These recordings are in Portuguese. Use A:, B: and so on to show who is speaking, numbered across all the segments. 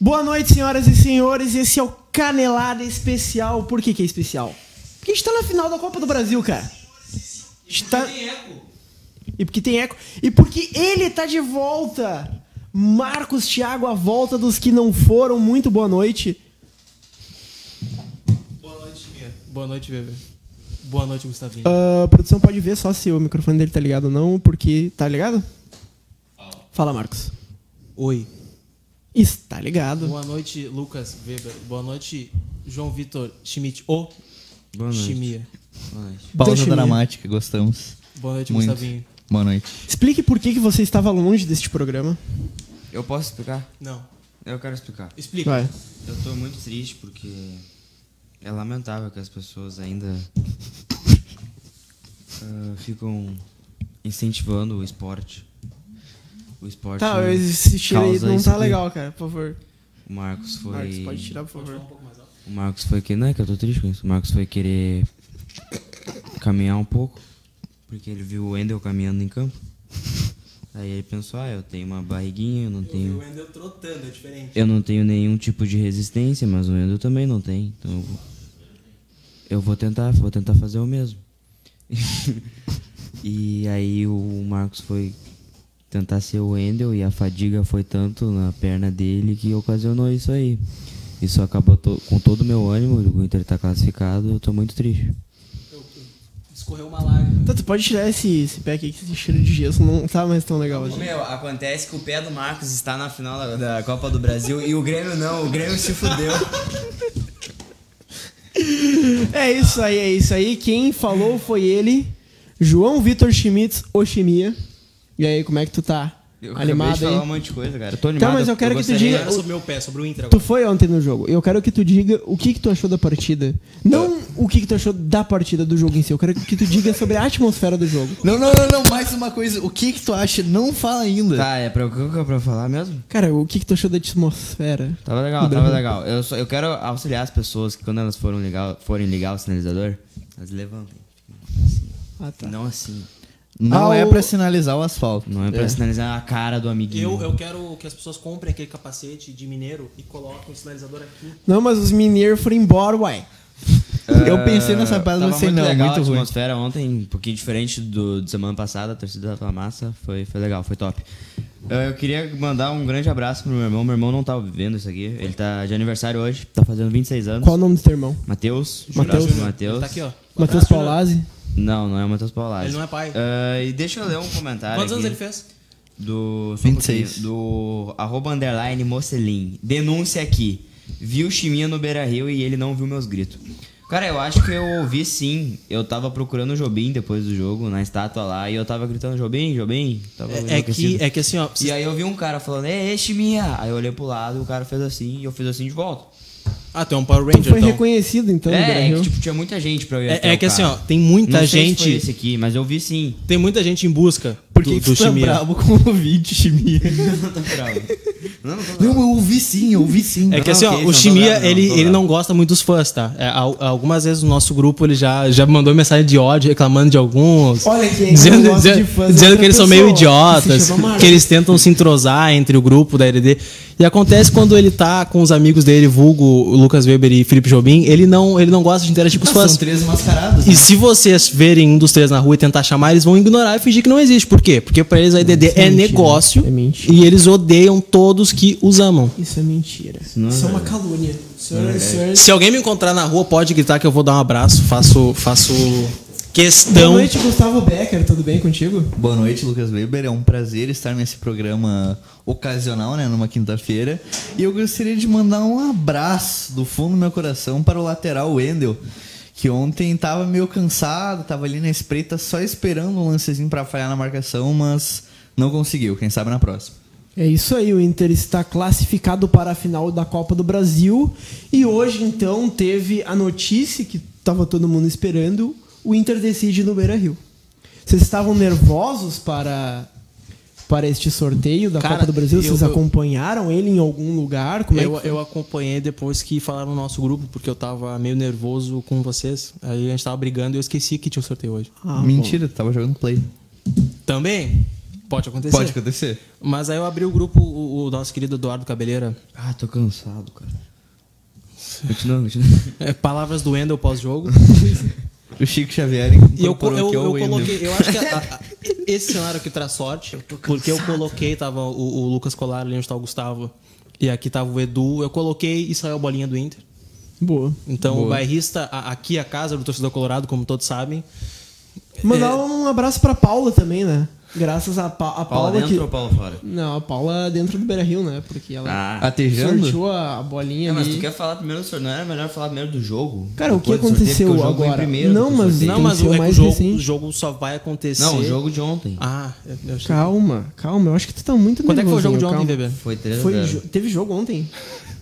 A: Boa noite, senhoras e senhores. Esse é o Canelada Especial. Por que, que é especial? Porque a gente tá na final da Copa do Brasil, cara. A gente tá... E porque tem eco. E porque ele tá de volta. Marcos Thiago, a volta dos que não foram. Muito boa noite.
B: Boa noite, Mia. Boa noite, bebê. Boa noite, Gustavinho.
A: Ah, produção pode ver só se o microfone dele tá ligado ou não, porque. Tá ligado? Fala, Marcos.
B: Oi.
A: Está ligado.
B: Boa noite, Lucas Weber. Boa noite, João Vitor Schmidt. O
C: Boa
B: Chimia.
C: Pausa
A: Deixa eu ir.
C: dramática, gostamos.
B: Boa noite,
D: Tipo,
C: Muito.
B: Gustavinho.
C: Boa noite.
A: Explique por que, que você estava longe deste programa.
D: Eu posso explicar?
B: Não.
D: Eu quero explicar.
B: Explica.
A: Vai.
D: Eu tô muito triste porque é lamentável que as pessoas ainda ah, ficam incentivando o esporte. O esporte.
A: Tá, esse tiro aí
D: Causa
A: não
D: isso
A: tá
D: aqui.
A: legal, cara. Por favor.
D: O Marcos foi.
A: Marcos, pode tirar, um por favor.
D: O Marcos foi que. Não é que eu tô triste com isso. O Marcos foi querer caminhar um pouco. Porque ele viu o Endel caminhando em campo. Aí ele pensou, ah, eu tenho uma barriguinha, eu não tenho.
B: Wendel trotando, é diferente.
D: Eu não tenho nenhum tipo de resistência, mas o Endo também não tem. Então eu vou, eu vou tentar, vou tentar fazer o mesmo. e aí o Marcos foi tentar ser o Endel e a fadiga foi tanto na perna dele que ocasionou isso aí. Isso acabou to- com todo o meu ânimo, o Inter tá classificado, eu tô muito triste.
B: Escorreu uma lágrima.
A: Tá, tu pode tirar esse, esse pé aqui, que esse cheiro de gesso não tá mais tão legal assim.
D: Meu, acontece que o pé do Marcos está na final da, Copa do Brasil e o Grêmio não, o Grêmio se fudeu.
A: É isso aí, é isso aí. Quem falou foi ele, João Vitor Schmitz Oshimia. E aí, como é que tu tá? Animado aí?
D: monte de coisa, cara. Eu tô
A: Tá, mas eu quero que tu diga.
B: Era sobre o meu pé, sobre o Inter
A: Tu
B: agora.
A: foi ontem no jogo. Eu quero que tu diga o que, que tu achou da partida. Não o que, que tu achou da partida do jogo em si. Eu quero que tu diga sobre a atmosfera do jogo.
C: Não, não, não, não, mais uma coisa. O que que tu acha? Não fala ainda.
D: Tá, é pra, o que é pra eu falar mesmo?
A: Cara, o que, que tu achou da atmosfera?
D: Tava legal, tava legal. Eu, só, eu quero auxiliar as pessoas que quando elas foram ligar, forem ligar o sinalizador, elas levantem.
A: Ah, tá.
D: Não assim.
C: Não
A: Ah,
C: é
A: o-
C: pra sinalizar o asfalto.
D: Não é pra sinalizar a cara do amiguinho.
B: Eu, eu quero que as pessoas comprem aquele capacete de mineiro e coloquem o sinalizador aqui.
A: Não, mas os mineiros foram embora, uai.
C: Eu pensei nessa parada,
D: É,
B: assim,
D: Ah, Tava
C: não sei
D: muito
C: não,
D: legal
C: muito
D: a
C: ruim.
D: atmosfera ontem, um pouquinho diferente do de semana passada, a torcida da massa, foi, foi legal, foi top. Eu, eu queria mandar um grande abraço pro meu irmão. Meu irmão não tá vivendo isso aqui. Ele tá de aniversário hoje, tá fazendo 26 anos.
A: Qual o nome do teu irmão?
D: Matheus.
A: Matheus.
D: Júnior.
B: Ele
D: Matheus.
B: tá aqui, ó.
A: Matheus Paulazzi?
D: Não, não é o Matheus Paulazzi.
B: Ele não é pai.
D: Ah, e deixa eu ler um comentário
B: Quantos anos
D: aqui.
B: ele fez?
D: Do. só um
C: 26.
D: pouquinho, do arroba underline Mocelin. Denúncia aqui. Vi o Chiminha no Beira Rio e ele não viu meus gritos. Cara, eu acho que eu ouvi sim. Eu tava procurando o Jobim depois do jogo, na estátua lá, e eu tava gritando Jobim, Jobim. Tava
B: É, é
D: enlouquecido.
B: que, é que assim, ó.
D: E aí eu vi um cara falando, é Chiminha. Aí eu olhei pro lado e o cara fez assim e eu fiz assim de volta.
B: Ah, tem um Power
A: Tu
B: Ranger,
A: foi
B: então.
A: reconhecido, então, no
D: é, é
A: Beira-Rio?
D: que tipo, tinha muita gente pra eu ir até
B: É, é
D: o
B: que assim,
D: cara.
B: ó, tem muita
D: Não sei se
B: gente.
D: foi esse aqui, mas eu vi sim.
B: Tem muita gente em busca
C: Por que
B: do,
C: que
B: do
C: tu tá
B: Chimia.
C: brabo com o ouvinte, Chimia?
D: Não, não tô
C: não, eu ouvi sim, eu ouvi sim.
B: É que
D: Não,
B: assim, ó,
D: ok, isso, não
B: o
D: tô
B: Chimia,
D: bravo, não,
B: ele,
D: tô
B: ele
D: bravo.
B: não gosta muito dos fãs, tá? É, al- algumas vezes o nosso grupo ele já, já mandou mensagem de ódio, reclamando de alguns.
A: Olha quem é não
B: Dizendo,
A: gosta
B: dizendo-
A: de fãs é
B: dizendo
A: outra
B: que eles são
A: pessoa,
B: meio
A: que se
B: idiotas,
A: chama Marcos.
B: que eles tentam se entrosar entre o grupo da LD. E acontece quando ele tá com os amigos dele, vulgo Lucas Weber e Felipe Jobim, ele não, ele não gosta de interagir com os fãs.
C: São três mascarados.
B: E se vocês verem um dos três na rua e tentar chamar, eles vão ignorar e fingir que não existe. Por quê? Porque pra eles a IDD é,
A: é mentira.
B: negócio
A: É mentira.
B: e eles odeiam todos que os amam.
A: Isso é mentira. Isso,
D: não é
A: é uma
D: verdade.
A: calúnia. Isso é, isso é-
B: Se alguém me encontrar na rua, pode gritar que eu vou dar um abraço. Faço, faço questão.
A: Boa noite, Gustavo Becker. Tudo bem contigo?
C: Boa noite, Lucas Weber. É um prazer estar nesse programa ocasional, né? Numa quinta-feira. E eu gostaria de mandar um abraço do fundo do meu coração para o lateral Wendel, que ontem tava meio cansado, tava ali na espreita só esperando um lancezinho para falhar na marcação, mas não conseguiu. Quem sabe na próxima.
A: É isso aí, o Inter está classificado para a final da Copa do Brasil. E hoje, então, teve a notícia que estava todo mundo esperando: o Inter decide no Beira Rio. Vocês estavam nervosos para, para este sorteio da
B: Cara,
A: Copa do Brasil?
B: eu-
A: Vocês
B: eu-
A: acompanharam ele em algum lugar? Como é
B: Eu,
A: que foi?
B: eu acompanhei depois que falaram no nosso grupo, porque eu tava meio nervoso com vocês. Aí a gente tava brigando e eu esqueci que tinha um sorteio hoje.
A: Ah, bom.
C: Mentira, tava jogando play.
B: Também? Pode acontecer.
D: é-
C: Pode acontecer.
B: Mas aí eu abri o grupo, o, o nosso querido Eduardo Cabeleira.
D: Ah, tô cansado, cara. Continuando, continuando.
B: é, palavras do Wendel pós-jogo.
C: O Chico Xavier
B: E eu,
C: incorporou
B: eu,
C: que é
B: eu
C: o Wendel.
B: coloquei, eu acho que a- a- esse cenário aqui traz sorte, porque eu coloquei, tava o, o Lucas Colar ali onde tá o Gustavo, e aqui tava o Edu, eu coloquei Israel Bolinha do Inter.
A: Boa.
B: Então o bairrista, a- aqui a casa do torcedor colorado, como todos sabem.
A: Mandar
D: É.
A: um abraço pra Paula também, né? Graças a, Pa- a
D: Paula
A: Paula,
D: dentro
A: que.
D: ou Paula fora?
A: Não, a Paula dentro do Beira Rio, né? Porque ela
D: Ah.
C: Atejando?
A: sorteou a a bolinha
D: Não, mas
A: ali.
D: tu quer falar primeiro do sorteio? Não era melhor falar primeiro do jogo?
A: Cara, o que
D: Depois do sorteio?
A: aconteceu
D: Porque o jogo vem
A: agora?
D: primeiro
A: Não,
D: do
A: mas-
D: sorteio.
B: Não,
A: Tem
B: mas
A: que ser
B: o, é que
A: mais
B: o jogo,
A: recente.
B: o jogo só vai acontecer.
D: Não, o jogo de ontem.
B: Ah, eu, eu achei-
A: Tipo, Calma, calma. Eu acho que tu tá muito
B: Quando é que foi o jogo de ontem,
A: nervosinho,
B: bebê?
D: Foi 3
A: calma.
D: a
A: Foi
D: 0.
A: jo- Teve jogo ontem?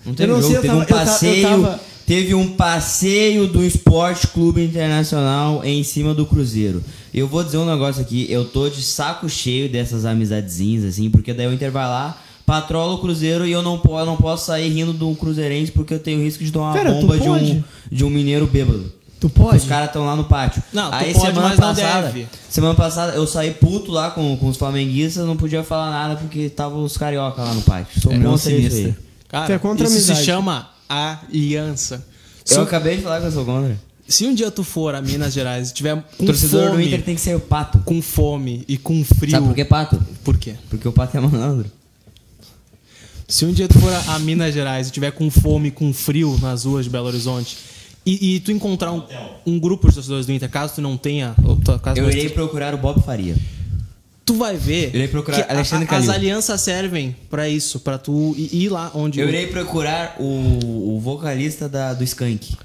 D: Não teve
A: Eu não
D: jogo,
A: sei, eu
D: teve
A: tava-
D: um
A: eu ta- eu
D: passeio.
A: tava-
D: Teve um passeio do Esporte Clube Internacional em cima do Cruzeiro. Eu vou dizer um negócio aqui, eu tô de saco cheio dessas amizadezinhas, assim, porque daí o Inter vai lá, patrola o Cruzeiro e eu não, po não posso sair rindo de um cruzeirense porque eu tenho risco de tomar
A: Cara,
D: uma
A: tu
D: bomba de um,
A: pode?
D: de um mineiro bêbado.
A: Tu pode?
D: Os caras estão lá no pátio.
B: Não, tu
D: Aí
B: pode,
D: semana
B: mas não
D: passada.
B: deve.
D: Semana passada eu saí puto lá com, com os flamenguistas, não podia falar nada porque estavam os carioca lá no pátio. Sou
C: É,
D: um
C: sinistro.
D: sinistro.
A: Tu
B: Cara,
A: é contra a
B: isso se
A: amizade.
B: chama aliança. Se,
D: Eu acabei de falar que eu sou contra.
B: se um dia tu for a Minas Gerais e tiver com
D: O torcedor
B: fome,
D: do Inter tem que ser o Pato.
B: com fome e com frio.
D: Sabe por que Pato?
B: Por quê?
D: Porque o Pato é malandro.
B: Se um dia tu for a, a Minas Gerais e tiver com fome, e com frio nas ruas de Belo Horizonte, e, e tu encontrar um, um grupo de torcedores do Inter, caso tu não tenha. ou tu- caso
D: Eu
B: não
D: irei procurar o Bob Faria.
B: tu vai ver.
D: Irei procurar
B: que a-
D: Alexandre
B: a, as
D: Calil.
B: alianças servem pra isso, pra tu i- ir lá onde.
D: Eu irei procurar o, o vocalista da, do Skank.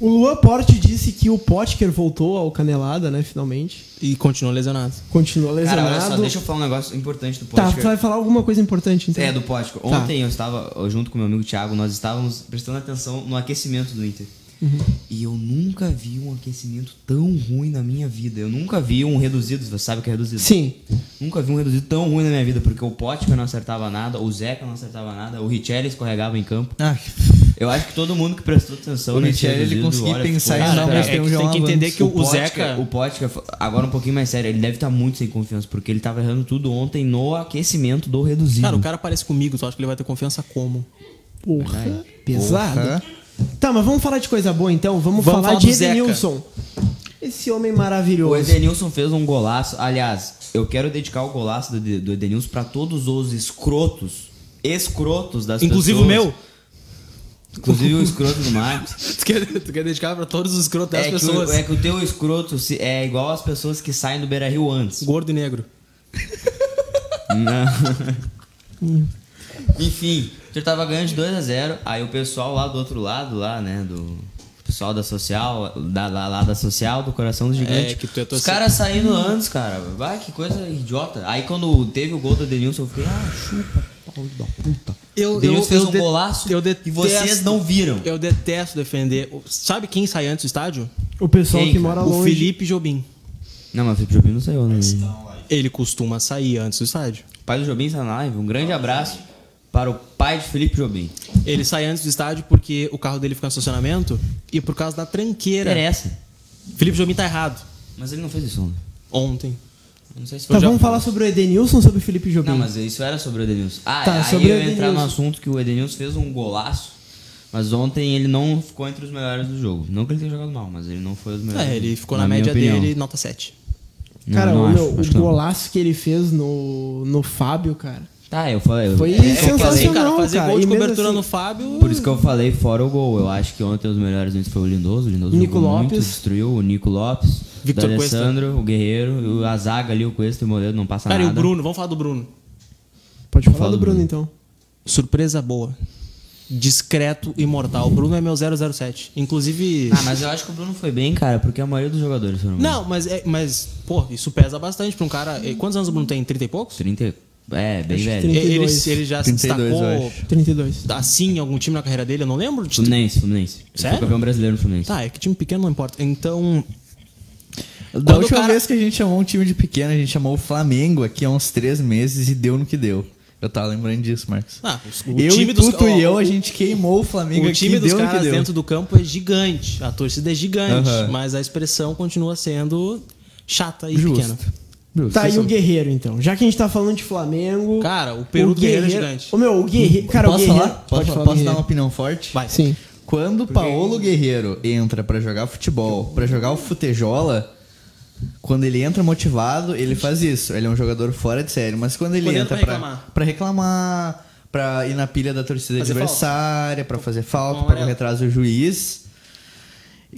A: O Luan Porte disse que o Potker voltou ao Canelada, né? Finalmente.
B: E continua lesionado.
A: Continua lesionado.
D: Cara, olha só, deixa eu falar um negócio importante do
A: Tá,
D: podcast.
A: tu vai falar alguma coisa importante, então.
D: É, do Pótico.
C: Tá.
D: Ontem eu estava ó, junto com meu amigo Thiago, nós estávamos prestando atenção no aquecimento do Inter.
C: Uhum.
D: E eu nunca vi um aquecimento tão ruim na minha vida. Eu nunca vi um reduzido, você sabe o que é reduzido?
A: Sim.
D: Nunca vi um reduzido tão ruim na minha vida, porque o Pótico não acertava nada, o Zeca não acertava nada, o Richelli escorregava em campo.
C: Ah,
D: Eu acho que todo mundo que prestou atenção
C: O
D: nesse
C: Richelli, ele
D: reduzido,
C: conseguiu
D: olha,
C: pensar
D: ficou-
C: em
D: Cara,
C: dar uma-
D: é-
B: é,
C: tem um
B: que tem
C: jogo
B: que entender que o, o
D: Pottker-
B: Zeca.
D: O Potka, agora um pouquinho mais sério, ele deve estar muito sem confiança, porque ele estava errando tudo ontem no aquecimento do reduzido.
B: Cara, o cara parece comigo, tu acha que ele vai ter confiança como?
A: Porra. Pesado.
C: Porra.
A: Tá, mas vamos falar de coisa boa então. Vamos,
B: Vamos
A: falar,
B: falar
A: de
B: do Zeca.
A: Edenilson. Esse homem
D: O
A: maravilhoso.
D: Edenilson fez um golaço. Aliás, eu quero dedicar o golaço do, do Edenilson pra todos os escrotos. Escrotos das
B: Inclusive o
D: pessoas.
B: meu.
D: Inclusive o escroto do Marcos.
B: Tu quer, tu quer dedicar pra todos os escrotos das
D: é, que
B: pessoas.
D: o, é que o teu escroto se- é igual as pessoas que saem do Beira Rio antes.
B: Gordo e negro.
D: Enfim, o Inter tava ganhando de 2x0. Aí o pessoal lá do outro lado, lá, né? Do. o Pessoal da social, da, lá, lá da social, do coração do gigante.
B: É, que tu é
D: Os
B: torcedor.
D: caras saindo antes, cara. Vai, que coisa idiota. Aí quando teve o gol do Edenilson, eu fiquei, ah, chupa, pau da puta.
B: Eu,
D: O Denilson fez um
B: de-
D: golaço
B: eu
D: e
B: detesto-
D: vocês não viram.
B: Eu detesto defender. Sabe quem sai antes do estádio?
A: O pessoal
D: Quem,
A: que
D: cara?
A: mora
B: o
A: longe.
B: Felipe Jobim.
D: Não, mas o Felipe Jobim não saiu, né?
B: Ele costuma sair antes do estádio.
D: O pai do Jobim está na live. Um grande abraço para o pai de Felipe Jobim.
B: Ele sai antes do estádio porque o carro dele fica no estacionamento e por causa da tranqueira.
D: Interessa.
B: Felipe Jobim tá errado.
D: Mas ele não fez isso, né?
B: Ontem.
D: Não sei se foi
A: Tá,
D: já-
A: vamos falar sobre o Edenilson ou sobre o Felipe Jobim?
D: Não, mas isso era sobre o Edenilson. Ah,
A: Tá,
D: aí
A: sobre
D: eu
A: o
D: ia entrar no
A: Edenilson.
D: assunto que o Edenilson fez um golaço. Mas ontem ele não ficou entre os melhores do jogo. Não que ele tenha jogado mal, mas ele não foi os melhores.
B: É,
D: do
B: ele
D: jogo,
B: ficou na,
D: minha
B: média
D: opinião.
B: dele, nota 7.
D: Não,
A: Cara,
D: não
A: o,
D: acho,
A: meu,
D: acho
A: o
D: que não.
A: golaço que ele fez no, no Fábio, cara.
D: Tá, eu falei. eu-
A: Foi
D: por isso que eu falei-
A: sensacional.
B: É, assim, cara, fazer
A: cara,
B: gol de
A: e mesmo
B: cobertura
A: assim-
B: no Fábio.
D: Por isso que eu falei fora o gol. Eu acho que ontem os melhores antes foi o Lindoso. O Lindoso
A: Nico
D: jogou muito,
A: Lopes.
D: destruiu o Nico Lopes,
B: Victor
D: o
B: Cuesta.
D: Alessandro, o Guerreiro, o- a zaga ali, o Cuesta e o Moledo não passa
B: Cara, e
D: nada.
B: o Bruno, vamos falar do Bruno.
A: Pode falar
D: Fala
A: do
D: do
A: Bruno,
D: Bruno.
A: então.
B: Surpresa boa. Discreto e mortal. O Bruno é meu 007. Inclusive.
D: Ah, mas eu acho que o Bruno foi bem, cara, porque a maioria dos jogadores foram bem.
B: Não, mas, é- mas, pô, isso pesa bastante pra um cara. eh, Quantos anos o Bruno tem? 30 e poucos?
D: 30. É, bem
A: Acho que
D: velho.
A: 30.
B: Ele,
A: 32.
B: ele já se
C: 32, eu
B: destacou
C: acho.
A: 32.
B: assim em algum time na carreira dele, eu não lembro de
D: Fluminense, Fluminense. Ele
B: Sério?
D: Foi campeão brasileiro no Fluminense.
B: Tá, é que time pequeno não importa. Então,
C: Da
B: Quando o
C: última
B: cara-
C: vez que a gente chamou um time de pequeno, a gente chamou o Flamengo aqui há uns três meses e deu no que deu. Eu tava lembrando disso, Marcos.
B: ah, os- o
C: eu
B: time
C: e
B: dos
C: Tuto
B: ó,
C: e eu, a
B: o-
C: gente queimou o Flamengo
B: o time
C: aqui e
B: dos
C: deu no que
B: caras
C: deu.
B: dentro do campo é gigante. A torcida é gigante,
C: Aham.
B: mas a expressão continua sendo chata e
C: Justo.
B: pequena.
A: Tá aí o Guerreiro, então. Já que a gente tá falando de Flamengo.
B: Cara, o Peru do Guerreiro é gigante.
A: Ô, meu, o Guerreiro. Cara,
C: posso
A: o Guerreiro.
C: falar? Posso,
A: falar,
C: posso dar
A: Guerreiro.
C: uma opinião forte?
B: Vai.
A: Sim.
C: Quando o Paolo Guerreiro entra pra jogar futebol, pra jogar o futejola, quando ele entra motivado, ele faz isso. Ele é um jogador fora de série, mas quando ele
B: Quando entra
C: entra
B: pra
C: pra
B: reclamar.
C: pra reclamar, pra ir na pilha da torcida
B: Fazer
C: adversária, pra fazer falta,
B: Tomar
C: pra
B: amarelo.
C: correr atrás do juiz,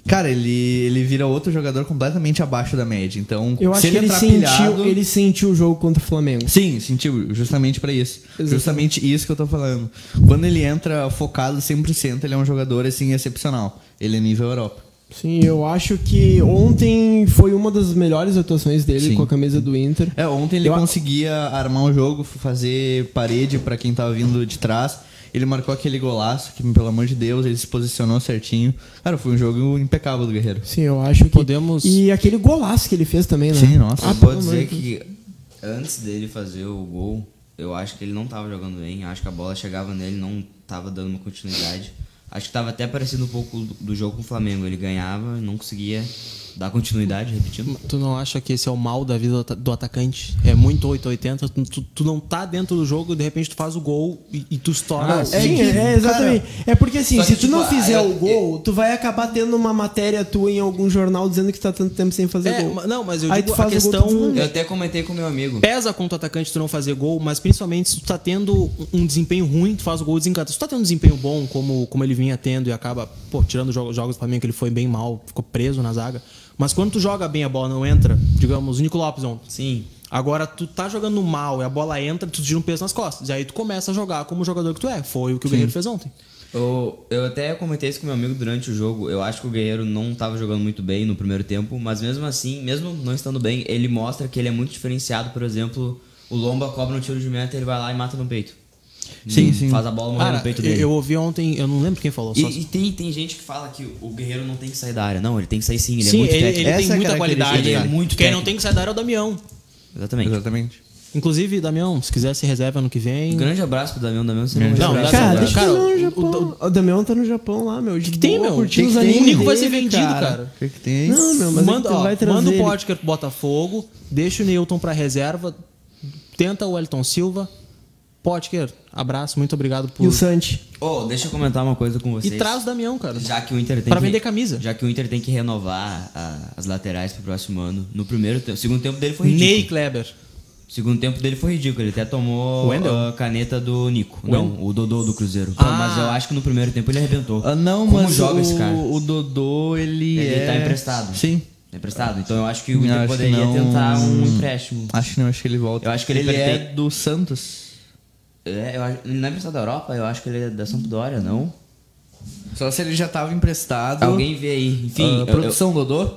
C: cara, ele, ele vira outro jogador completamente abaixo da média. Então,
A: Eu acho
C: se ele
A: que ele
C: entrar
A: sentiu,
C: pilhado-
A: ele sentiu o jogo contra o Flamengo.
C: Sim, sentiu, justamente pra isso. Justamente isso que eu tô falando. Quando ele entra focado 100%, ele é um jogador assim excepcional. Ele é nível Europa.
A: Sim, eu acho que ontem foi uma das melhores atuações dele
C: Sim.
A: com a camisa do Inter.
C: É, ontem ele
A: Eu-
C: conseguia armar o jogo, fazer parede pra quem tava vindo de trás. Ele marcou aquele golaço que, pelo amor de Deus, ele se posicionou certinho. Cara, foi um jogo impecável do Guerreiro.
A: Sim, eu acho que.
B: Podemos-
A: E aquele golaço que ele fez também, né?
C: Sim, nossa.
D: Eu
A: Ah,
D: vou
A: pelo
D: dizer
A: amor de
D: que antes dele fazer o gol, eu acho que ele não tava jogando bem. Acho que a bola chegava nele, não tava dando uma continuidade. Acho que tava até parecendo um pouco do- do jogo com o Flamengo. Ele ganhava, não conseguia dar continuidade, repetindo.
B: Tu não acha que esse é o mal da vida do ata- do atacante? É muito 880, tu, tu, tu não tá dentro do jogo, de repente tu faz o gol e, e tu estoura. assim.
A: É,
B: o-
A: sim,
C: que,
A: é, exatamente. é porque assim,
C: só
A: se
C: que,
A: tu não
C: tipo,
A: fizer
C: ah,
A: o
C: eu-
A: gol, tu vai acabar tendo uma matéria tua em algum jornal dizendo que tá tanto tempo sem fazer
B: É,
A: gol.
B: ma- não, mas eu
A: Aí
B: digo
A: tu faz
B: a
A: o gol, tu
B: questão- é
A: desmanda.
D: Eu até comentei com meu amigo.
B: Pesa contra o atacante tu não fazer gol, mas principalmente se tu tá tendo um um desempenho ruim, tu faz o gol desencanta. Se tu tá tendo um desempenho bom, como, como ele vinha tendo e acaba, pô, tirando os jogos, jogos do Flamengo, que ele foi bem mal, ficou preso na zaga. Mas quando tu joga bem, a bola não entra, digamos, o Nico Lopes ontem.
D: Sim.
B: Agora, tu tá jogando mal e a bola entra, tu tira um peso nas costas. E aí tu começa a jogar como o jogador que tu é. Foi o que o Guerreiro fez ontem.
D: Eu, eu até comentei isso com meu amigo durante o jogo. Eu acho que o Guerreiro não estava jogando muito bem no primeiro tempo, mas mesmo assim, mesmo não estando bem, ele mostra que ele é muito diferenciado. Por exemplo, o Lomba cobra um tiro de meta, ele vai lá e mata no peito.
C: Sim,
D: Hum,
C: sim.
D: Faz a bola morrer
B: Cara,
D: no peito
B: eu,
D: dele.
B: eu ouvi ontem, eu não lembro quem falou. só-
D: E, e tem, tem gente que fala que o Guerreiro não tem que sair da área. Não, ele tem que sair sim, ele
B: Sim,
D: é muito
B: ele,
D: técnico.
B: ele tem
C: Essa é a
B: muita
C: característica
B: qualidade.
D: dele. Ele é muito
B: Quem não
D: técnico.
B: tem que sair da área é o Damião.
D: Exatamente.
C: Exatamente.
B: Inclusive, Damião, se quiser se reserva ano que vem.
D: Um grande abraço pro Damião, Damião, um você não
C: Grande
D: vai
B: Não,
D: lembrar.
B: dá-
A: Cara,
B: Cara,
A: deixa
B: cara,
A: eu ir
B: o-
A: no Japão. O, Damião tá no Japão lá, meu. O
B: que tem, meu?
A: Curtindo
C: Que
A: os
C: que tem?
A: animes
B: O Nico vai ser
A: dele,
B: vendido, cara.
C: O que, que tem?
A: Não, meu, mas
B: manda,
A: manda,
B: ó,
A: vai trazer
B: manda o
A: ele.
B: Potker pro Botafogo, deixa o Newton pra reserva, tenta o Elton Silva. Potker, abraço, muito obrigado por.
A: E o Santi.
D: Ô, deixa eu comentar uma coisa com
B: E
D: vocês.
B: traz o Damião, cara.
D: Já que o Inter tem
B: Pra
D: que-
B: vender camisa.
D: Já que o Inter tem que renovar a- as laterais pro próximo ano. No primeiro tempo, segundo tempo dele foi ridículo.
B: Ney Kleber.
D: O segundo tempo dele foi ridículo, ele até tomou
B: Wendel?
D: a caneta do Nico. Não, o Dodô do Cruzeiro. Pô,
B: Ah.
D: Mas eu acho que no primeiro tempo ele arrebentou.
C: Ah, não,
D: Como
C: mas
D: joga
C: o,
D: esse cara?
C: o Dodô, ele,
D: Ele
C: é...
D: tá emprestado.
C: Sim.
D: É emprestado? Então eu acho que o
C: Eu acho
D: Inter
C: que
D: poderia
C: não.
D: tentar um empréstimo.
C: Acho que não, acho que ele volta.
D: Eu acho que ele
C: é
D: pertence-
C: do Santos.
D: É, eu acho- ele não é emprestado da Europa, eu acho que ele é da Sampdoria, não?
C: Só se ele já tava emprestado.
D: Ah, Alguém vê aí. Enfim,
C: Ah,
D: eu- eu-
C: produção Dodô?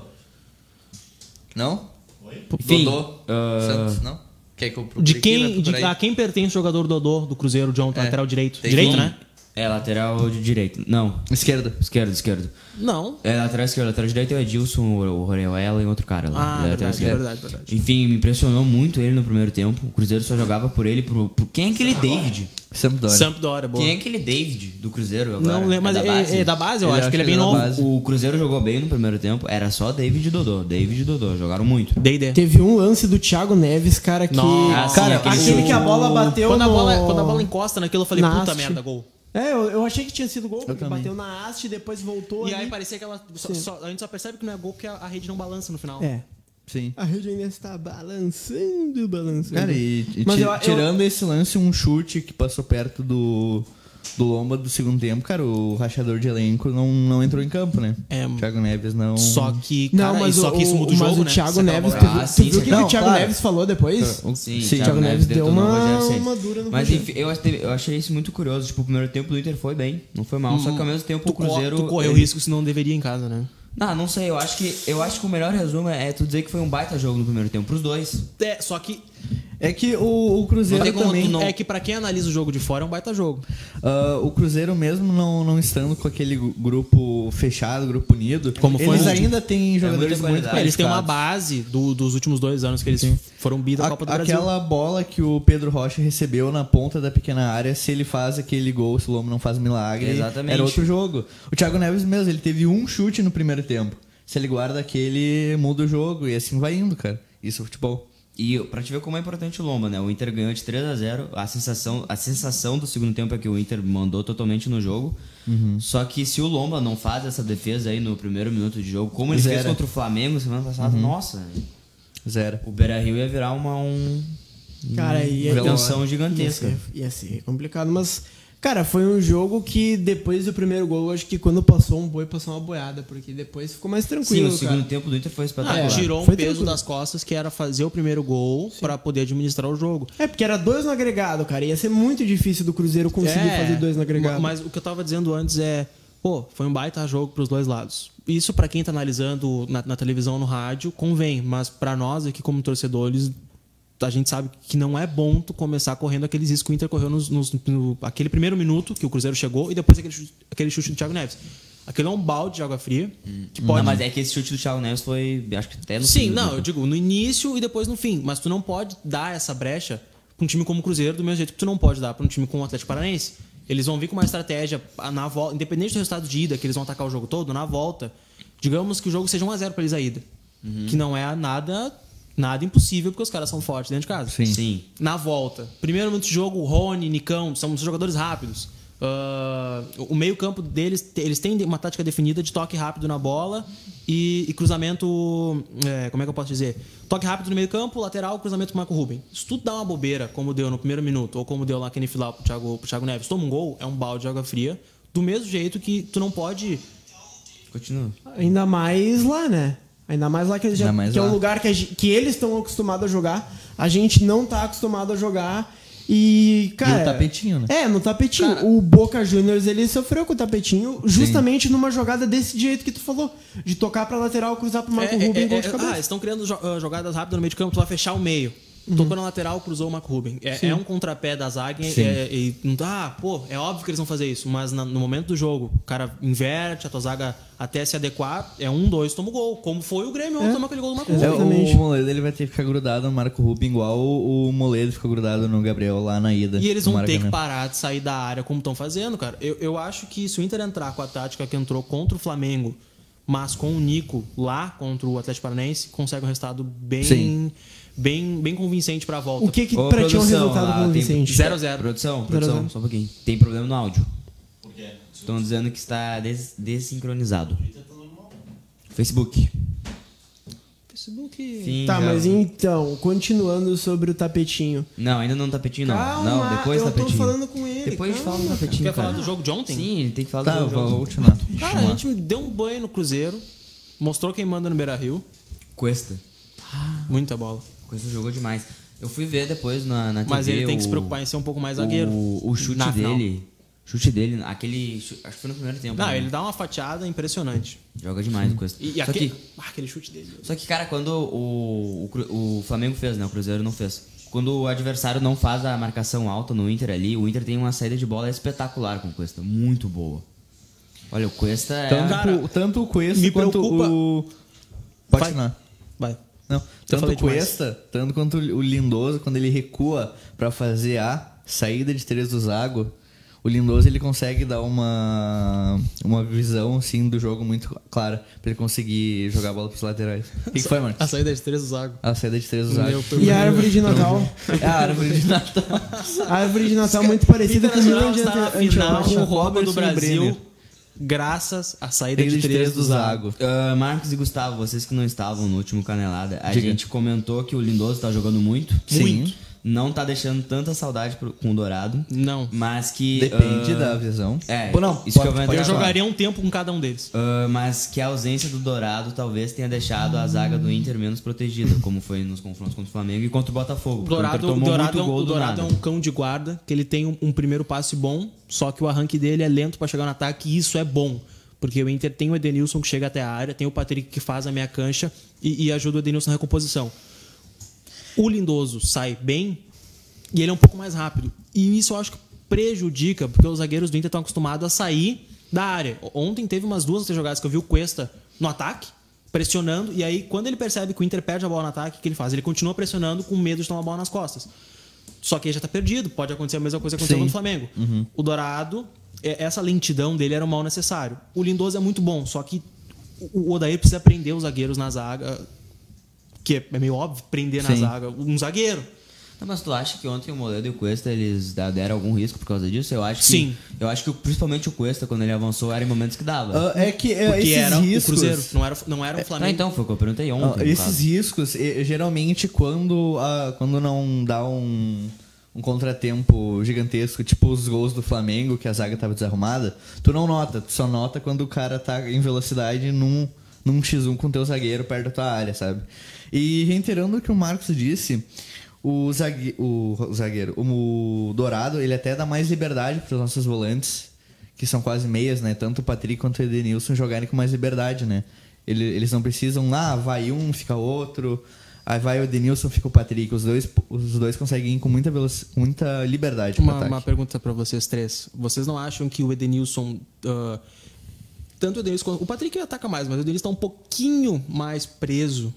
C: Não?
D: Enfim,
C: Dodô?
D: ah,
C: Santos, não? Quer que eu procure
B: De
C: aqui? Vai
D: tá
B: quem, de-
C: procurar aí?
B: a quem pertence o jogador Dodô do Cruzeiro, de ontem,
C: É.
B: lateral direito?
C: Tem
B: direito,
C: um-
B: né?
D: É lateral de direito. Não,
C: Esquerda.
D: esquerdo, esquerdo.
B: Não.
D: É lateral esquerdo, lateral direito é o Edilson, o Roreoela e outro cara lá.
B: Ah,
D: Ele é lateral
B: verdade,
D: esquerdo.
B: verdade, verdade.
D: Enfim, me impressionou muito ele no primeiro tempo. O Cruzeiro só jogava por ele, por, por- quem é aquele David?
C: Sampdoria.
B: Sampdoria, Ah, boa.
D: Quem é aquele David do Cruzeiro agora?
B: Não lembro, mas
D: é
B: é
D: da base?
B: é da base, eu
C: Ele
B: acho que ele é bem
C: da
B: novo.
C: base.
D: O Cruzeiro jogou bem no primeiro tempo, era só David e Dodô. David e Dodô jogaram muito.
B: D&D.
A: Teve um lance do Thiago Neves, cara, que.
B: Nossa,
A: cara,
D: aquele
A: aquele,
D: chute.
A: que a bola bateu
B: Quando,
A: no...
B: a bola, é- quando a bola encosta naquilo, eu falei,
A: Na
B: puta
A: haste.
B: merda, gol.
A: É, eu, eu achei que tinha sido gol, porque
C: também.
A: bateu na haste, depois voltou.
B: E
A: ali.
B: aí parecia que ela. Só,
A: Sim.
B: só- a gente só percebe que não é gol porque a, a rede não balança no final.
A: É.
C: Sim.
A: A rede ainda está balançando, balançando.
C: Cara, e, e
A: Mas
C: ti-
A: eu- eu-
C: tirando esse lance, um chute que passou perto do, do Lomba do segundo tempo, cara, o rachador de elenco não, não entrou em campo, né?
B: É.
C: Thiago Neves não...
B: Só que.
A: Não,
B: Cara,
A: mas
B: e só
A: o,
B: que isso muda o
A: mas
B: jogo,
A: o
B: né?
A: Thiago
B: Você tá
A: Neves,
B: bom.
A: tu, viu-
D: Ah,
A: tu
D: sim,
A: viu o que,
D: sim.
A: que o
C: Não,
A: Thiago
C: claro.
A: Neves falou depois?
C: O-
D: Sim,
C: sim.
A: Thiago Neves deu
D: detonou
A: uma-
D: o Rogério Ceni.
A: uma dura no
D: Mas
A: Rogério.
D: enfim, eu, achei- eu achei isso muito curioso. Tipo, o primeiro tempo do Inter foi bem, não foi mal. só que ao mesmo tempo
B: Uhum. Tu,
D: o Cruzeiro.
B: cor- tu correu
D: ele-
B: risco se não deveria em casa, né?
D: Não, não sei. Eu acho que, eu acho que o melhor resumo é tu dizer que foi um baita jogo no primeiro tempo pros dois.
B: É, só que.
C: É que o, o Cruzeiro
B: não tem como tu
C: também...
B: não- É que pra quem analisa o jogo de fora é um baita jogo.
C: Ah, o Cruzeiro mesmo não, não estando com aquele gru- grupo fechado, grupo unido,
B: Como foi
C: eles
B: ontem. É
C: ainda têm jogadores
D: muita
C: muito
D: qualidade.
C: qualificados.
B: Eles têm uma base do- dos últimos dois anos que eles foram bi da
C: A-
B: Copa do Brasil.
C: aquela bola que o Pedro Rocha recebeu na ponta da pequena área, se ele faz aquele gol, se o Lomo não faz milagre,
D: Exatamente.
C: era outro jogo. O Thiago Neves mesmo, ele teve um chute no primeiro tempo. Se ele guarda aquele, muda o jogo e assim vai indo, cara. Isso é futebol.
D: E pra te ver como é importante o Lomba, né? O Inter ganhou de 3 a 0 A sensação, a sensação do segundo tempo é que o Inter mandou totalmente no jogo.
C: Uhum.
D: Só que se o Lomba não faz essa defesa aí no primeiro minuto de jogo, como ele fez
C: Zero. Uhum.
D: contra o Flamengo semana passada, nossa,
C: Zero.
D: o Beira Rio ia virar uma um,
A: Cara, e
D: uma tensão
A: Ia
D: gigantesca.
A: ser, ia ser complicado, mas. Cara, foi um jogo que depois do primeiro gol, eu acho que quando passou um boi, passou uma boiada, porque depois ficou mais
D: Sim,
A: tranquilo.
D: o segundo
A: cara.
D: tempo do Inter foi espetacular.
B: Ah, tirou um
A: É. Foi
B: peso
A: tranquilo.
B: das costas que era fazer o primeiro gol pra poder administrar o jogo.
A: É, porque era dois no agregado, cara. Ia ser muito difícil do Cruzeiro conseguir
B: É,
A: fazer dois no agregado.
B: ma- Mas o que eu tava dizendo antes é, pô, foi um baita jogo pros dois lados. Isso pra quem tá analisando na, na televisão, no rádio, convém, mas pra nós aqui como torcedores, a gente sabe que não é bom tu começar correndo aqueles riscos que o Inter correu nos, nos- no aquele primeiro minuto que o Cruzeiro chegou e depois aquele chute, aquele chute do Thiago Neves. Aquele é um balde de água fria que pode
D: Não, mas é que esse chute do Thiago Neves foi, acho que até no fim
B: Sim,
D: do
B: não,
D: jogo.
B: eu digo no início e depois no fim. Mas tu não pode dar essa brecha pra um time como o Cruzeiro do mesmo jeito que tu não pode dar pra um time como o Atlético Paranaense. Eles vão vir com uma estratégia ah, na volta, independente do resultado de ida, que eles vão atacar o jogo todo, na volta. Digamos que o jogo seja 1x0 pra eles a ida. Que não é nada nada impossível, porque os caras são fortes dentro de casa.
C: Sim.
D: Sim.
B: Na volta. Primeiro minuto de jogo, Rony, Nicão, são jogadores rápidos. Ah, o meio-campo deles, te- eles têm uma tática definida de toque rápido na bola e, e cruzamento. é, como é que eu posso dizer? Toque rápido no meio-campo, lateral, cruzamento pro Marco Ruben. Se tudo dá uma bobeira, como deu no primeiro minuto, ou como deu lá aquele final pro Thiago, pro Thiago Neves, toma um gol, é um balde de água fria. Do mesmo jeito que tu não pode
D: Continua.
A: Ainda mais lá, né? Ainda mais lá que, eles já,
C: Ainda mais
A: que é
C: lá.
A: um lugar que, a gen- que eles estão acostumados a jogar. A gente não tá acostumado a jogar. E, cara.
C: E o tapetinho, né?
A: É, no tapetinho. O Boca Juniors ele sofreu com o tapetinho justamente numa jogada desse jeito que tu falou. De tocar pra lateral, cruzar pro Marco
B: É, é,
A: Rubem
B: é,
A: gol
B: é,
A: de
B: ah,
A: cabeça.
B: eles estão criando jo- ah, jogadas rápidas no meio de campo, tu vai fechar o meio. Tocou na lateral, cruzou o Marco Ruben. É, é um contrapé da zaga e-
C: Sim.
B: é- e não dá. Ah, pô, é óbvio que eles vão fazer isso, mas na- no momento do jogo, o cara inverte, a tua zaga até se adequar, é um, dois, toma o gol. Como foi o Grêmio ontem, tomou aquele gol do Marco
C: É,
B: Ruben.
A: Exatamente.
C: o Moledo ele vai ter que ficar grudado no Marco Rubio, igual o o Moledo ficou grudado no Gabriel lá na ida.
B: E eles
C: do
B: vão ter que
C: Maracanã.
B: parar de sair da área como estão fazendo, cara. Eu, eu acho que se o Inter entrar com a tática que entrou contra o Flamengo, mas com o Nico lá contra o Atlético Paranaense, consegue um resultado bem,
C: Sim.
B: bem, bem convincente pra volta.
A: O que que
D: Ô,
A: pra ti é um
D: produção,
A: resultado
D: lá,
A: com o
D: tem-
A: Vicente?
B: Zero a zero.
D: Produção,
A: Zero a
D: produção,
A: zero.
D: só um pouquinho. Tem problema no áudio. Estão dizendo que está des desincronizado. Facebook.
B: Facebook.
D: Fim,
A: Tá,
D: já-
A: mas então, continuando sobre o tapetinho.
D: Não, ainda não tapetinho, não.
A: Calma,
D: não, depois
A: eu tô
D: tapetinho.
A: falando com ele,
D: Depois
A: calma.
D: fala do tapetinho.
B: Quer
D: cara.
B: falar do jogo de ontem?
D: Sim, ele tem que falar
C: Tá,
D: do jogo.
C: vou
D: de ontem.
C: continuar.
B: Cara, a gente deu um banho no Cruzeiro, mostrou quem manda no Beira Rio.
D: Cuesta.
B: Muita bola.
D: Cuesta jogou demais. Eu fui ver depois na, na TV.
B: Mas ele tem que se
D: o-
B: preocupar em ser um pouco mais zagueiro.
D: O, o chute
B: na final.
D: dele. Chute dele, aquele. chu- Acho que foi no primeiro tempo.
B: Não,
D: né?
B: ele dá uma fatiada impressionante.
D: Joga demais o Cuesta.
B: E, e
D: Só
B: aquele,
D: que
B: Ah, aquele chute dele.
D: Só que, cara, quando o, o, Cru- o Flamengo fez, né? O Cruzeiro não fez. Quando o adversário não faz a marcação alta no Inter ali, o Inter tem uma saída de bola espetacular com o Cuesta. Muito boa. Olha, o Cuesta é.
C: Tanto,
B: Cara,
C: o- tanto o Cuesta
B: me
C: quanto
B: preocupa-
C: o.
B: Vai.
C: Pode continuar.
B: Vai.
C: Não, tanto
B: falei
C: o Cuesta, tanto quanto o Lindoso, quando ele recua pra fazer a saída de três do Zago, o Lindoso ele consegue dar uma uma visão assim do jogo muito clara pra ele conseguir jogar a bola pros laterais. O que, que foi, Marcos?
B: A saída é de três do Zago.
C: A saída de três do
B: Meu,
C: Zago.
B: foi
A: E a árvore de Natal.
C: É a árvore de Natal.
A: A árvore de Natal é muito parecida com o Milan
B: Internacional
A: de
B: está na
A: Ante-
B: final com o
A: Antioquia.
B: Rouba do
C: Robertson e
B: Brasil,
C: Brenner.
B: graças à saída
C: Saída
B: de três do Zago.
D: Ah, Marcos e Gustavo, vocês que não estavam no último Canelada, a gente comentou que o Lindoso tá jogando muito.
C: Sim.
D: Muito. Não tá deixando tanta saudade pro- com o Dourado.
B: Não.
D: Mas que.
C: Depende
D: ah,
C: da visão.
D: É,
C: Pô, não,
D: isso que
C: pode-
D: eu vou entrar
C: pode
B: Eu
C: falar.
D: agora.
B: jogaria um tempo com cada um deles.
D: Ah, mas que a ausência do Dourado talvez tenha deixado a zaga do Inter menos protegida, como foi nos confrontos contra o Flamengo e contra o Botafogo.
B: O
D: porque
B: Dourado,
D: Inter
B: o Dourado, é,
D: muito
B: um,
D: gol
B: o
D: do
B: Dourado é
D: nada.
B: um cão de guarda, que ele tem um, um primeiro passe bom, só que o arranque dele é lento pra chegar no ataque, e isso é bom. Porque o Inter tem o Edenilson que chega até a área, tem o Patrick que faz a meia cancha e, e ajuda o Edenilson na recomposição. O Lindoso sai bem e ele é um pouco mais rápido. E isso eu acho que prejudica, porque os zagueiros do Inter estão acostumados a sair da área. O- Ontem teve umas duas ou três jogadas que eu vi o Cuesta no ataque, pressionando, e aí quando ele percebe que o Inter perde a bola no ataque, o que ele faz? Ele continua pressionando com medo de tomar a bola nas costas. Só que ele já tá perdido, pode acontecer a mesma coisa que aconteceu
C: Sim. Uhum.
B: no Flamengo. O Dourado, é- essa lentidão dele era um mal necessário. O Lindoso é muito bom, só que o o Odair precisa prender os zagueiros na zaga, que é meio óbvio, prender na
C: Sim.
B: zaga um zagueiro.
D: Não, mas tu acha que ontem o Moledo e o Cuesta eles da- deram algum risco por causa disso? Eu acho que,
B: Sim.
D: Eu acho que principalmente o Cuesta, quando ele avançou, era em momentos que dava.
C: Ah, é que ah,
B: Porque
C: esses
B: era
C: riscos,
B: o Cruzeiro, não era, não era o
D: Tá,
B: Flamengo.
D: então, foi o que eu perguntei
C: Ah,
D: ontem. no
C: esses
D: caso.
C: riscos, eh, geralmente, quando, ah, quando não dá um, um contratempo gigantesco, tipo os gols do Flamengo, que a zaga tava desarrumada, tu não nota, tu só nota quando o cara tá em velocidade num, num X1 com o teu zagueiro perto da tua área, sabe? E reiterando o que o Marcos disse, o, zague, o, o zagueiro, o Dourado, ele até dá mais liberdade pros nossos volantes, que são quase meias, né? Tanto o Patrick quanto o Edenilson jogarem com mais liberdade, né? Ele- eles não precisam, ah, vai um, fica outro, aí vai o Edenilson, fica o Patrick. Os dois, os dois conseguem ir com muita, veloci- com muita liberdade pro
B: Uma,
C: ataque.
B: uma pergunta pra vocês três. Vocês não acham que o Edenilson. ah, tanto o Edenilson quanto. O Patrick ataca mais, mas o Edenilson tá um pouquinho mais preso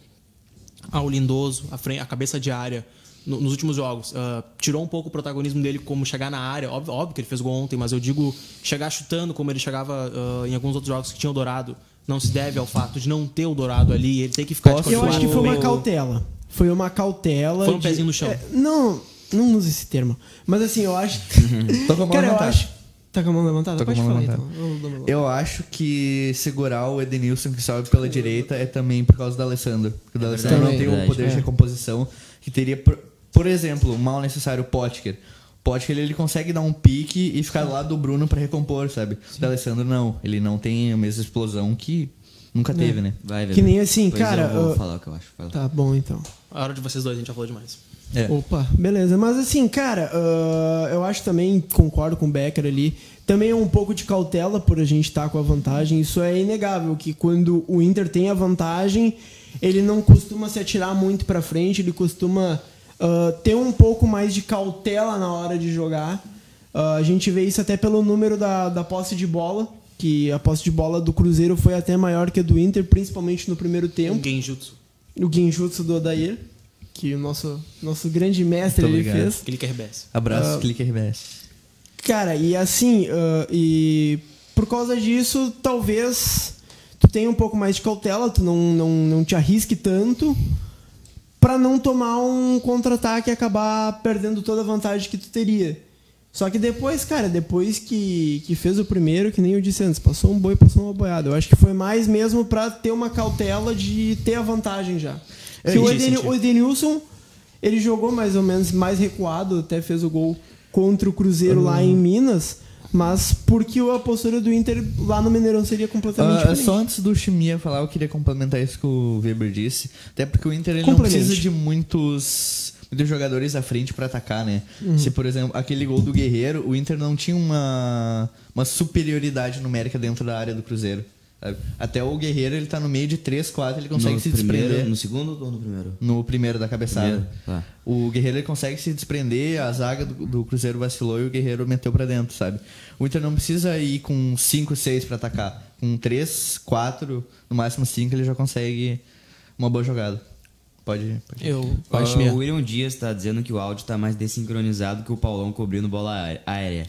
B: ao lindoso, à frente, à cabeça de área. no- Nos últimos jogos, Ah, tirou um pouco o protagonismo dele como chegar na área. Óbvio, óbvio que ele fez gol ontem, mas eu digo chegar chutando como ele chegava ah, em alguns outros jogos que tinha o Dourado. Não se deve ao fato de não ter o Dourado ali. Ele tem que ficar de
A: Eu acho que foi uma
B: bem-
A: cautela. Foi uma cautela.
B: Foi um
A: de-
B: pezinho no chão.
A: É, não, não usa esse termo. Mas assim, eu acho. que-
C: Tô com a mão
A: Cara, eu
C: levantada.
A: acho. Tá com a mão levantada?
C: Tô com a
A: Pode
C: mão
A: falar
C: levantada.
A: então. Eu dou meu-
C: Eu acho que segurar o Edenilson que sobe pela direita é também por causa do Alessandro. Porque o Alessandro
A: verdade,
C: não tem o
D: É verdade. É.
C: poder de recomposição que teria, por, por exemplo, o mal necessário Potker. O Potker ele, ele consegue dar um pique e ficar do lado do Bruno pra recompor, sabe? O Alessandro não. Ele não tem a mesma explosão que nunca teve, né?
D: É. Vai,
A: Que
D: Vedão.
A: nem assim,
D: Pois
A: cara,
D: Eu vou
A: eu-
D: falar o que eu acho. Fala.
A: Tá bom então.
B: A hora de vocês dois, a gente já falou demais.
C: É.
A: Opa, beleza. Mas assim, cara, ah, eu acho também, concordo com o Becker ali. Também é um pouco de cautela por a gente estar com a vantagem. Isso é inegável, que quando o Inter tem a vantagem, ele não costuma se atirar muito pra frente, ele costuma ah, ter um pouco mais de cautela na hora de jogar. Ah, a gente vê isso até pelo número da, da posse de bola, que a posse de bola do Cruzeiro foi até maior que a do Inter, principalmente no primeiro tempo
B: Um genjutsu.
A: o Genjutsu do Odair, que o nosso, nosso grande mestre
C: Muito
A: ele
C: obrigado.
A: fez.
B: Ele que arrebessa.
C: Abraço,
B: Ah,
C: clique RBS.
A: Cara, e assim, ah, e por causa disso, talvez tu tenha um pouco mais de cautela, tu não, não, não te arrisque tanto pra não tomar um contra-ataque e acabar perdendo toda a vantagem que tu teria. Só que depois, cara, depois que, que fez o primeiro, que nem eu disse antes, passou um boi, passou uma boiada. Eu acho que foi mais mesmo pra ter uma cautela de ter a vantagem já.
C: É,
A: Que o,
C: entendi,
A: Eden,
C: entendi.
A: o Edenilson, ele jogou mais ou menos mais recuado, até fez o gol contra o Cruzeiro lá em Minas, mas porque a postura do Inter lá no Mineirão seria completamente
B: é
C: Ah,
A: diferente.
C: só antes do Chimia falar, eu queria complementar isso que o Weber disse. Até porque o Inter ele não
A: Complemente.
C: precisa de muitos, muitos jogadores à frente pra atacar, né? Se, por exemplo, aquele gol do Guerreiro, o Inter não tinha uma, uma superioridade numérica dentro da área do Cruzeiro. sabe? Até o Guerreiro, ele tá no meio de 3, 4, ele consegue
D: no
C: se
D: primeiro,
C: desprender
D: No segundo ou no primeiro?
C: no primeiro da cabeçada.
D: Primeiro, tá.
C: O Guerreiro ele consegue se desprender, a zaga do, do Cruzeiro vacilou e o Guerreiro meteu pra dentro, sabe? O Inter não precisa ir com 5, 6 pra atacar. Com 3, 4, no máximo 5, ele já consegue uma boa jogada. Pode, pode.
B: Eu
D: Ah, o William Dias tá dizendo que o áudio tá mais dessincronizado que o Paulão cobrindo bola aé- aérea.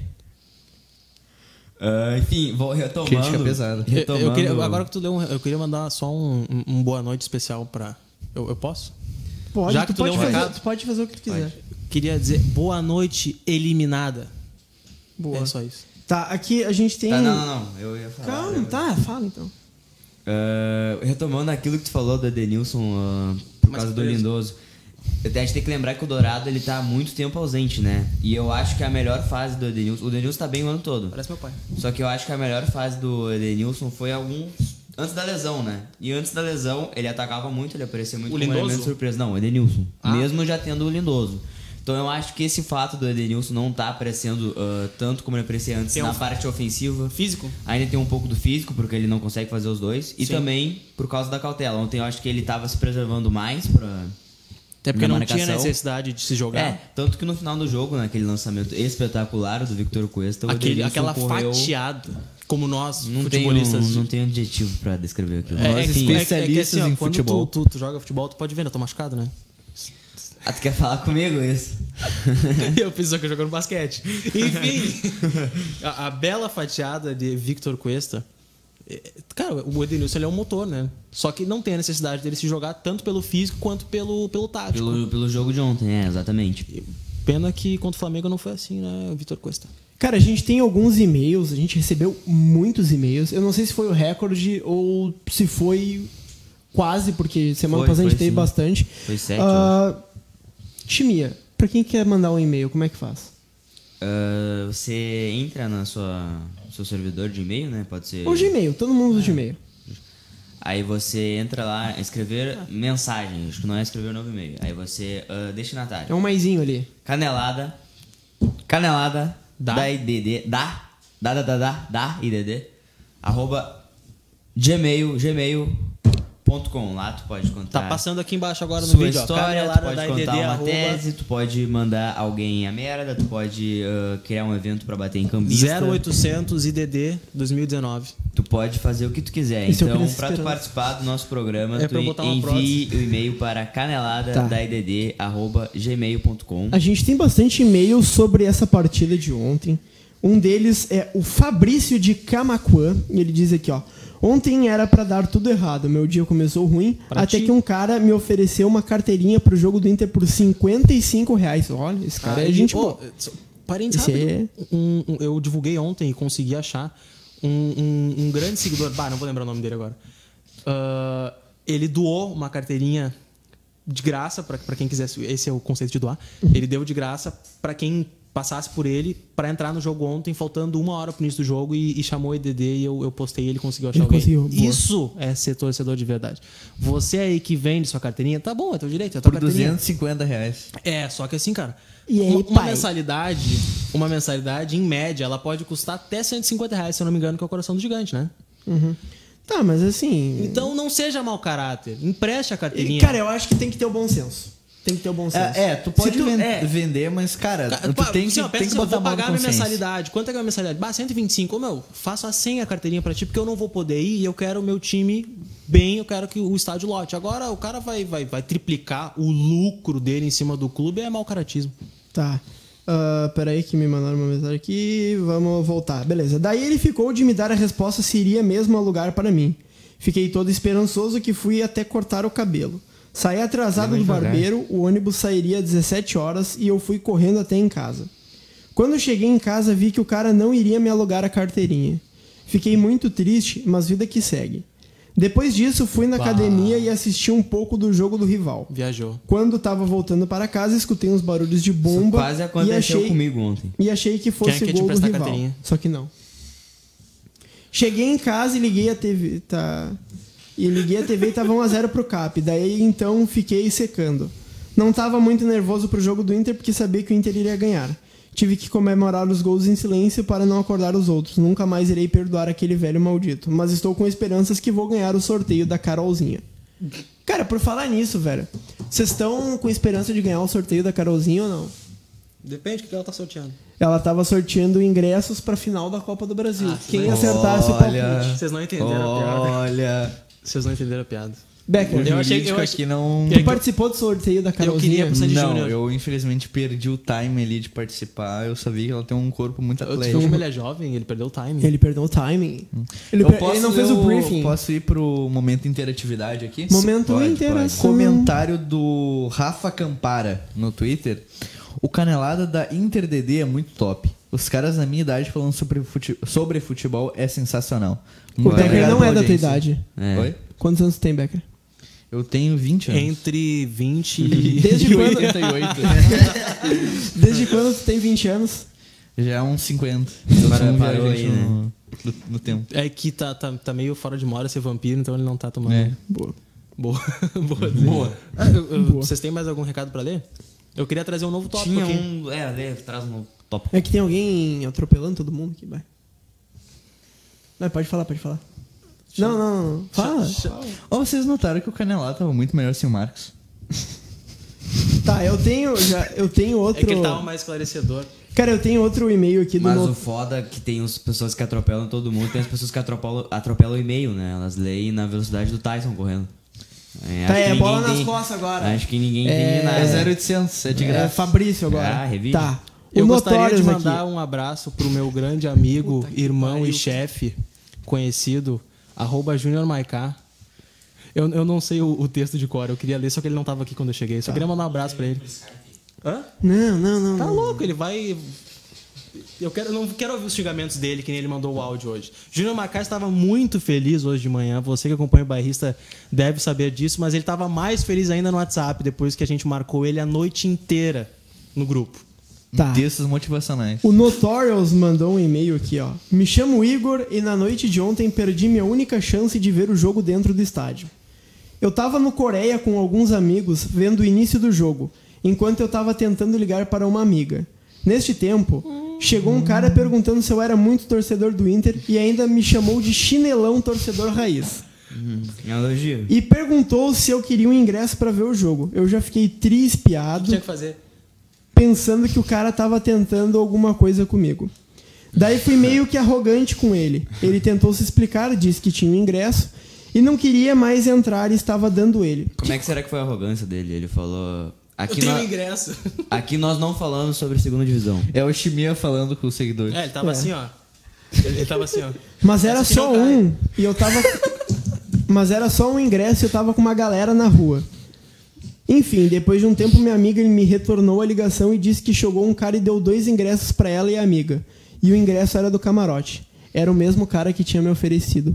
D: Ah, enfim, vou retomando.
C: Crítica pesada.
B: Eu-
D: Retomando.
B: Eu queria, agora que tu deu um, eu queria mandar só um, um- um boa noite especial pra. Eu, eu posso?
A: Pode,
B: Já que
A: tu,
B: tu
A: pode
B: deu um
A: fazer,
B: recado.
A: tu pode fazer o que tu
B: É.
A: quiser.
B: Queria dizer boa noite eliminada.
A: Boa.
B: É só isso.
A: Tá, aqui a gente tem.
D: Tá, não, não, não. Eu ia falar.
A: Calma,
D: né?
A: tá, fala então.
D: Ah, retomando aquilo que tu falou do Edenilson ah, por
B: Mas
D: causa do
B: preso.
D: Lindoso. Até A gente tem que lembrar que o Dourado ele tá há muito tempo ausente, né? E eu acho que a melhor fase do Edenilson. O Edenilson tá bem o ano todo.
B: Parece meu pai.
D: Só que eu acho que a melhor fase do Edenilson foi algum. Antes da lesão, né? E antes da lesão, ele atacava muito, ele aparecia muito
B: O
D: como
B: Lindoso?
D: elemento surpresa. Não, o Edenilson.
B: Ah.
D: Mesmo já tendo o Lindoso. Então eu acho que esse fato do Edenilson não tá aparecendo ah, tanto como ele aparecia antes
B: Tem
D: na
B: um-
D: parte ofensiva.
B: Físico?
D: Ainda tem um pouco do físico, porque ele não consegue fazer os dois. E também por causa da cautela. Ontem eu acho que ele tava se preservando mais pra.
B: Até porque
D: na
B: não tinha
D: marcação.
B: necessidade de se jogar.
D: É, tanto que no final do jogo, naquele lançamento espetacular do Victor Cuesta, o
B: Aquele,
D: Edenilson
B: aquela
D: correu...
B: fatiada. Como nós,
D: Não tem, um,
B: futebolistas.
D: não um. tem adjetivo pra descrever aquilo.
B: É, é, que-
C: Nós
B: é, que- é, que
C: especialistas
B: assim, ó,
C: em
B: quando
C: futebol.
B: Tu, tu, tu joga futebol, tu pode ver, né? Eu tô machucado, né?
D: Ah, tu quer falar comigo isso?
B: eu fiz só que eu jogo no basquete. Enfim, a, a bela fatiada de Victor Cuesta. é, Cara, o Edenilson ele é um motor, né? Só que não tem a necessidade dele se jogar tanto pelo físico quanto pelo, pelo tático.
D: Pelo, pelo jogo de ontem, é, exatamente.
B: Pena que contra o Flamengo não foi assim, né, Vitor Costa?
A: Cara, a gente tem alguns e-mails, a gente recebeu muitos e-mails. Eu não sei se foi o recorde ou se foi quase, porque semana
D: Foi,
A: passada a gente
D: foi
A: teve
D: sim.
A: bastante.
D: Foi sete,
A: Ah, Timia, pra quem quer mandar um e-mail, como é que faz?
D: Ah, você entra na sua seu servidor de e-mail, né? Pode ser.
A: Ou Gmail, todo mundo
D: É.
A: usa Gmail.
D: Aí você entra lá, escrever mensagem. Acho que não é escrever novo e-mail. Aí você ah, destinatário.
A: É um maisinho ali.
D: Canelada. Canelada.
B: Dá.
D: Da. Da IDD. Da. Da, da, da, da. Da IDD. Arroba gmail, gmail.com. Lá tu pode contar
B: Tá passando aqui embaixo agora no
D: É. sua
B: vídeo. ó.
D: história, tu
B: Canelada
D: pode
B: da
D: contar
B: IDD,
D: uma
B: arroba-
D: tese, tu pode mandar alguém a merda, tu pode ah, criar um evento pra bater em cambista.
B: 0800 IDD 2019.
D: Tu pode fazer o que tu quiser.
A: Esse é o
D: então,
A: preço
D: pra tu
A: esperado.
D: participar do nosso programa,
B: É
D: tu
B: pra eu botar uma
D: envie
B: prótese.
D: o e-mail para canelada
A: Tá.
D: da IDD, arroba gmail.com.
A: A gente tem bastante e-mail sobre essa partida de ontem. Um deles é o Fabrício de Camacuã, e ele diz aqui, ó. Ontem era pra dar tudo errado, meu dia começou ruim,
B: Pra
A: até
B: ti.
A: que um cara me ofereceu uma carteirinha pro jogo do Inter por 55 reais. Olha, esse cara é gente
B: Ah, Ô, eh,
A: boa.
B: só- Parênteses
A: Esse é-
B: rápido. Um- um- eu divulguei ontem e consegui achar um, um- um grande seguidor. Bah, não vou lembrar o nome dele agora. Ah, ele doou uma carteirinha de graça pra pra quem quisesse. Esse é o conceito de doar. Ele deu de graça pra quem passasse por ele pra entrar no jogo ontem, faltando uma hora pro início do jogo e, e chamou o EDD e eu, eu postei e ele conseguiu achar
A: Ele
B: alguém.
A: conseguiu, boa.
B: Isso é ser torcedor de verdade. Você aí que vende sua carteirinha, tá bom, é teu direito, é tua
C: Por
B: carteirinha.
C: 250 reais.
B: É, só que assim, cara.
A: E aí,
B: uma, uma
A: pai?
B: mensalidade, uma mensalidade, em média, ela pode custar até 150 reais, se eu não me engano, que é o coração do gigante, né?
A: Uhum. Tá, mas assim.
B: Então não seja mau caráter. Empreste a
A: e,
B: carteirinha.
A: Cara, eu acho que tem que ter o bom senso. Tem que ter o bom senso.
C: É, é, tu pode
A: Se tu-
C: ven-
A: é.
C: vender, mas, cara,
B: Ca-
C: tu
B: pá,
C: tem que,
B: assim, ó, pega
C: tem que
B: assim, ó,
C: botar a
B: vou
C: mão
B: pagar
C: na
B: a minha
C: consciência.
B: mensalidade. Quanto é que é a mensalidade? Bah, 125. Ô, meu, faço a 100 a carteirinha pra ti, porque eu não vou poder ir e eu quero o meu time bem, eu quero que o estádio lote. Agora o cara vai, vai, vai triplicar o lucro dele em cima do clube, é mau caratismo.
A: Tá. Ah, peraí que me mandaram uma mensagem aqui. Vamos voltar. Beleza. Daí ele ficou de me dar a resposta se iria mesmo alugar para mim. Fiquei todo esperançoso que fui até cortar o cabelo. Saí atrasado do barbeiro, o ônibus sairia às 17 horas e eu fui correndo até em casa. Quando cheguei em casa, vi que o cara não iria me alugar a carteirinha. Fiquei muito triste, mas vida que segue. Depois disso, fui na academia e assisti um pouco do jogo do rival.
B: Viajou.
A: Quando tava voltando para casa, escutei uns barulhos de
D: Isso
B: um
A: bomba.
D: quase aconteceu
A: e achei,
D: comigo ontem.
A: E achei que
B: Quem é
A: fosse
B: que te
A: gol do
B: emprestar a
A: rival.
B: carteirinha?
A: Só que não. Cheguei em casa e liguei a TV. Tá... E liguei a TV e tava 1x0 pro Cap. Daí então fiquei secando. Não tava muito nervoso pro jogo do Inter porque sabia que o Inter iria ganhar. Tive que comemorar os gols em silêncio para não acordar os outros. Nunca mais irei perdoar aquele velho maldito. Mas estou com esperanças que vou ganhar o sorteio da Carolzinha. Cara, por falar nisso, velho. Vocês estão com esperança de ganhar o sorteio da Carolzinha ou não?
B: Depende do que ela tá sorteando.
A: Ela tava sorteando ingressos pra final da Copa do Brasil.
B: Ah,
A: Quem
B: mas-
A: acertasse o
C: Olha.
A: palpite.
B: Vocês não entenderam a piada.
C: Olha,
B: Vocês não entenderam a piada.
A: Becker,
C: eu
B: Eu achei-
C: achei
B: eu achei-
C: aqui não...
A: tu participou do sorteio da
B: queria
A: Carolzinha?
B: pro Sandy
C: Não,
B: Júnior.
C: eu infelizmente perdi o time ali de participar. Eu sabia que ela tem um corpo muito
B: Eu descobri como
C: atlético.
B: ele é jovem, ele perdeu o timing.
A: Ele perdeu o timing.
D: Hum.
A: um- Ele,
C: Eu
A: per-
C: posso
A: ele não
C: ler
A: fez o briefing.
C: Posso ir pro momento interatividade aqui?
A: Momento
C: Pode, pode.
A: interação.
C: Comentário do Rafa Campara no Twitter. O canelada da InterDD é muito top. Os caras da minha idade falando sobre, fute- sobre futebol é sensacional.
A: O
C: Muito
A: Becker
C: obrigado
A: não
C: pela
A: é da tua
C: audiência.
A: idade.
D: É.
C: Oi?
A: Quantos anos tu tem, Becker?
C: Eu tenho 20 anos.
B: Entre 20 e.
A: Desde
C: E
A: quando,
C: 88.
A: desde quando tu tem 20 anos?
C: Já é uns 50. Eu
D: Para-
C: sou um
D: parou
C: viajante
D: aí, né?
C: no- do- no tempo.
B: É que tá, tá, tá meio fora de moda ser vampiro, então ele não tá tomando.
C: É.
A: Boa.
B: Boa. Boa. Boa.
A: Boa.
B: Vocês têm mais algum recado pra ler? Eu queria trazer um novo tópico
D: Tinha
B: aqui.
D: um. É, lê, traz um novo tópico.
A: É que tem alguém atropelando todo mundo aqui, vai. Não, pode falar, pode falar. Não, não, não. Fala.
C: Ou vocês notaram que o Canelada tava muito melhor sem o Marcos?
A: Tá, eu tenho, já, eu tenho outro.
B: É que ele tava mais esclarecedor.
A: Cara, eu tenho outro e-mail aqui do
D: Mas
A: no-
D: o foda é que tem as pessoas que atropelam todo mundo, tem as pessoas que atropelam, atropelam o e-mail, né? Elas leem na velocidade do Tyson correndo. É,
A: Tá,
D: acho que
A: é
D: ninguém
A: bola nas
D: tem-
A: costas agora.
D: Acho que ninguém
A: É,
D: tem nada.
C: É 0800, é de
A: É
C: graça.
A: Fabrício agora.
D: Ah, revide.
A: Tá. O
B: Eu gostaria de
A: Notorious
B: mandar
A: aqui.
B: um abraço pro meu grande amigo, irmão e chefe, conhecido, arroba Junior Maiká. Eu, eu não sei o, o texto de cor, eu queria ler, só que ele não tava aqui quando eu cheguei. Só queria mandar um abraço pra ele. Hã?
A: Não, não, não.
B: Tá
A: não.
B: louco, ele vai. Eu quero, eu não quero ouvir os xingamentos dele, que nem ele mandou o áudio hoje. Júnior Macá estava muito feliz hoje de manhã. Você que acompanha o bairrista deve saber disso, mas ele estava mais feliz ainda no WhatsApp, depois que a gente marcou ele a noite inteira no grupo.
A: Tá.
C: Textos motivacionais.
A: O Notorious mandou um e-mail aqui, ó. Me chamo Igor e na noite de ontem perdi minha única chance de ver o jogo dentro do estádio. Eu tava no Coreia com alguns amigos vendo o início do jogo, enquanto eu tava tentando ligar para uma amiga. Neste tempo, chegou um cara perguntando se eu era muito torcedor do Inter e ainda me chamou de chinelão torcedor raiz.
D: É um elogio.
A: E perguntou se eu queria um ingresso para ver o jogo. Eu já fiquei
B: O que tinha
A: trispiado
B: que fazer?
A: pensando que o cara tava tentando alguma coisa comigo. Daí fui meio que arrogante com ele. Ele tentou se explicar, disse que tinha um ingresso e não queria mais entrar e estava dando ele.
D: Como é que será que foi a arrogância dele? Ele falou.
B: Eu
D: Aqui,
B: tenho um
D: nó-
B: ingresso.
D: aqui nós não falamos sobre segunda divisão.
C: É o Chimia falando com os seguidores.
B: É, ele tava
A: É.
B: assim, ó. Ele, ele tava assim, ó.
A: Mas era
B: Essa que
A: só
B: não cai.
A: um e eu tava Mas era só um ingresso e eu tava com uma galera na rua. Enfim, depois de um tempo minha amiga me retornou a ligação e disse que chegou um cara e deu dois ingressos pra ela e a amiga. E o ingresso era do camarote. Era o mesmo cara que tinha me oferecido.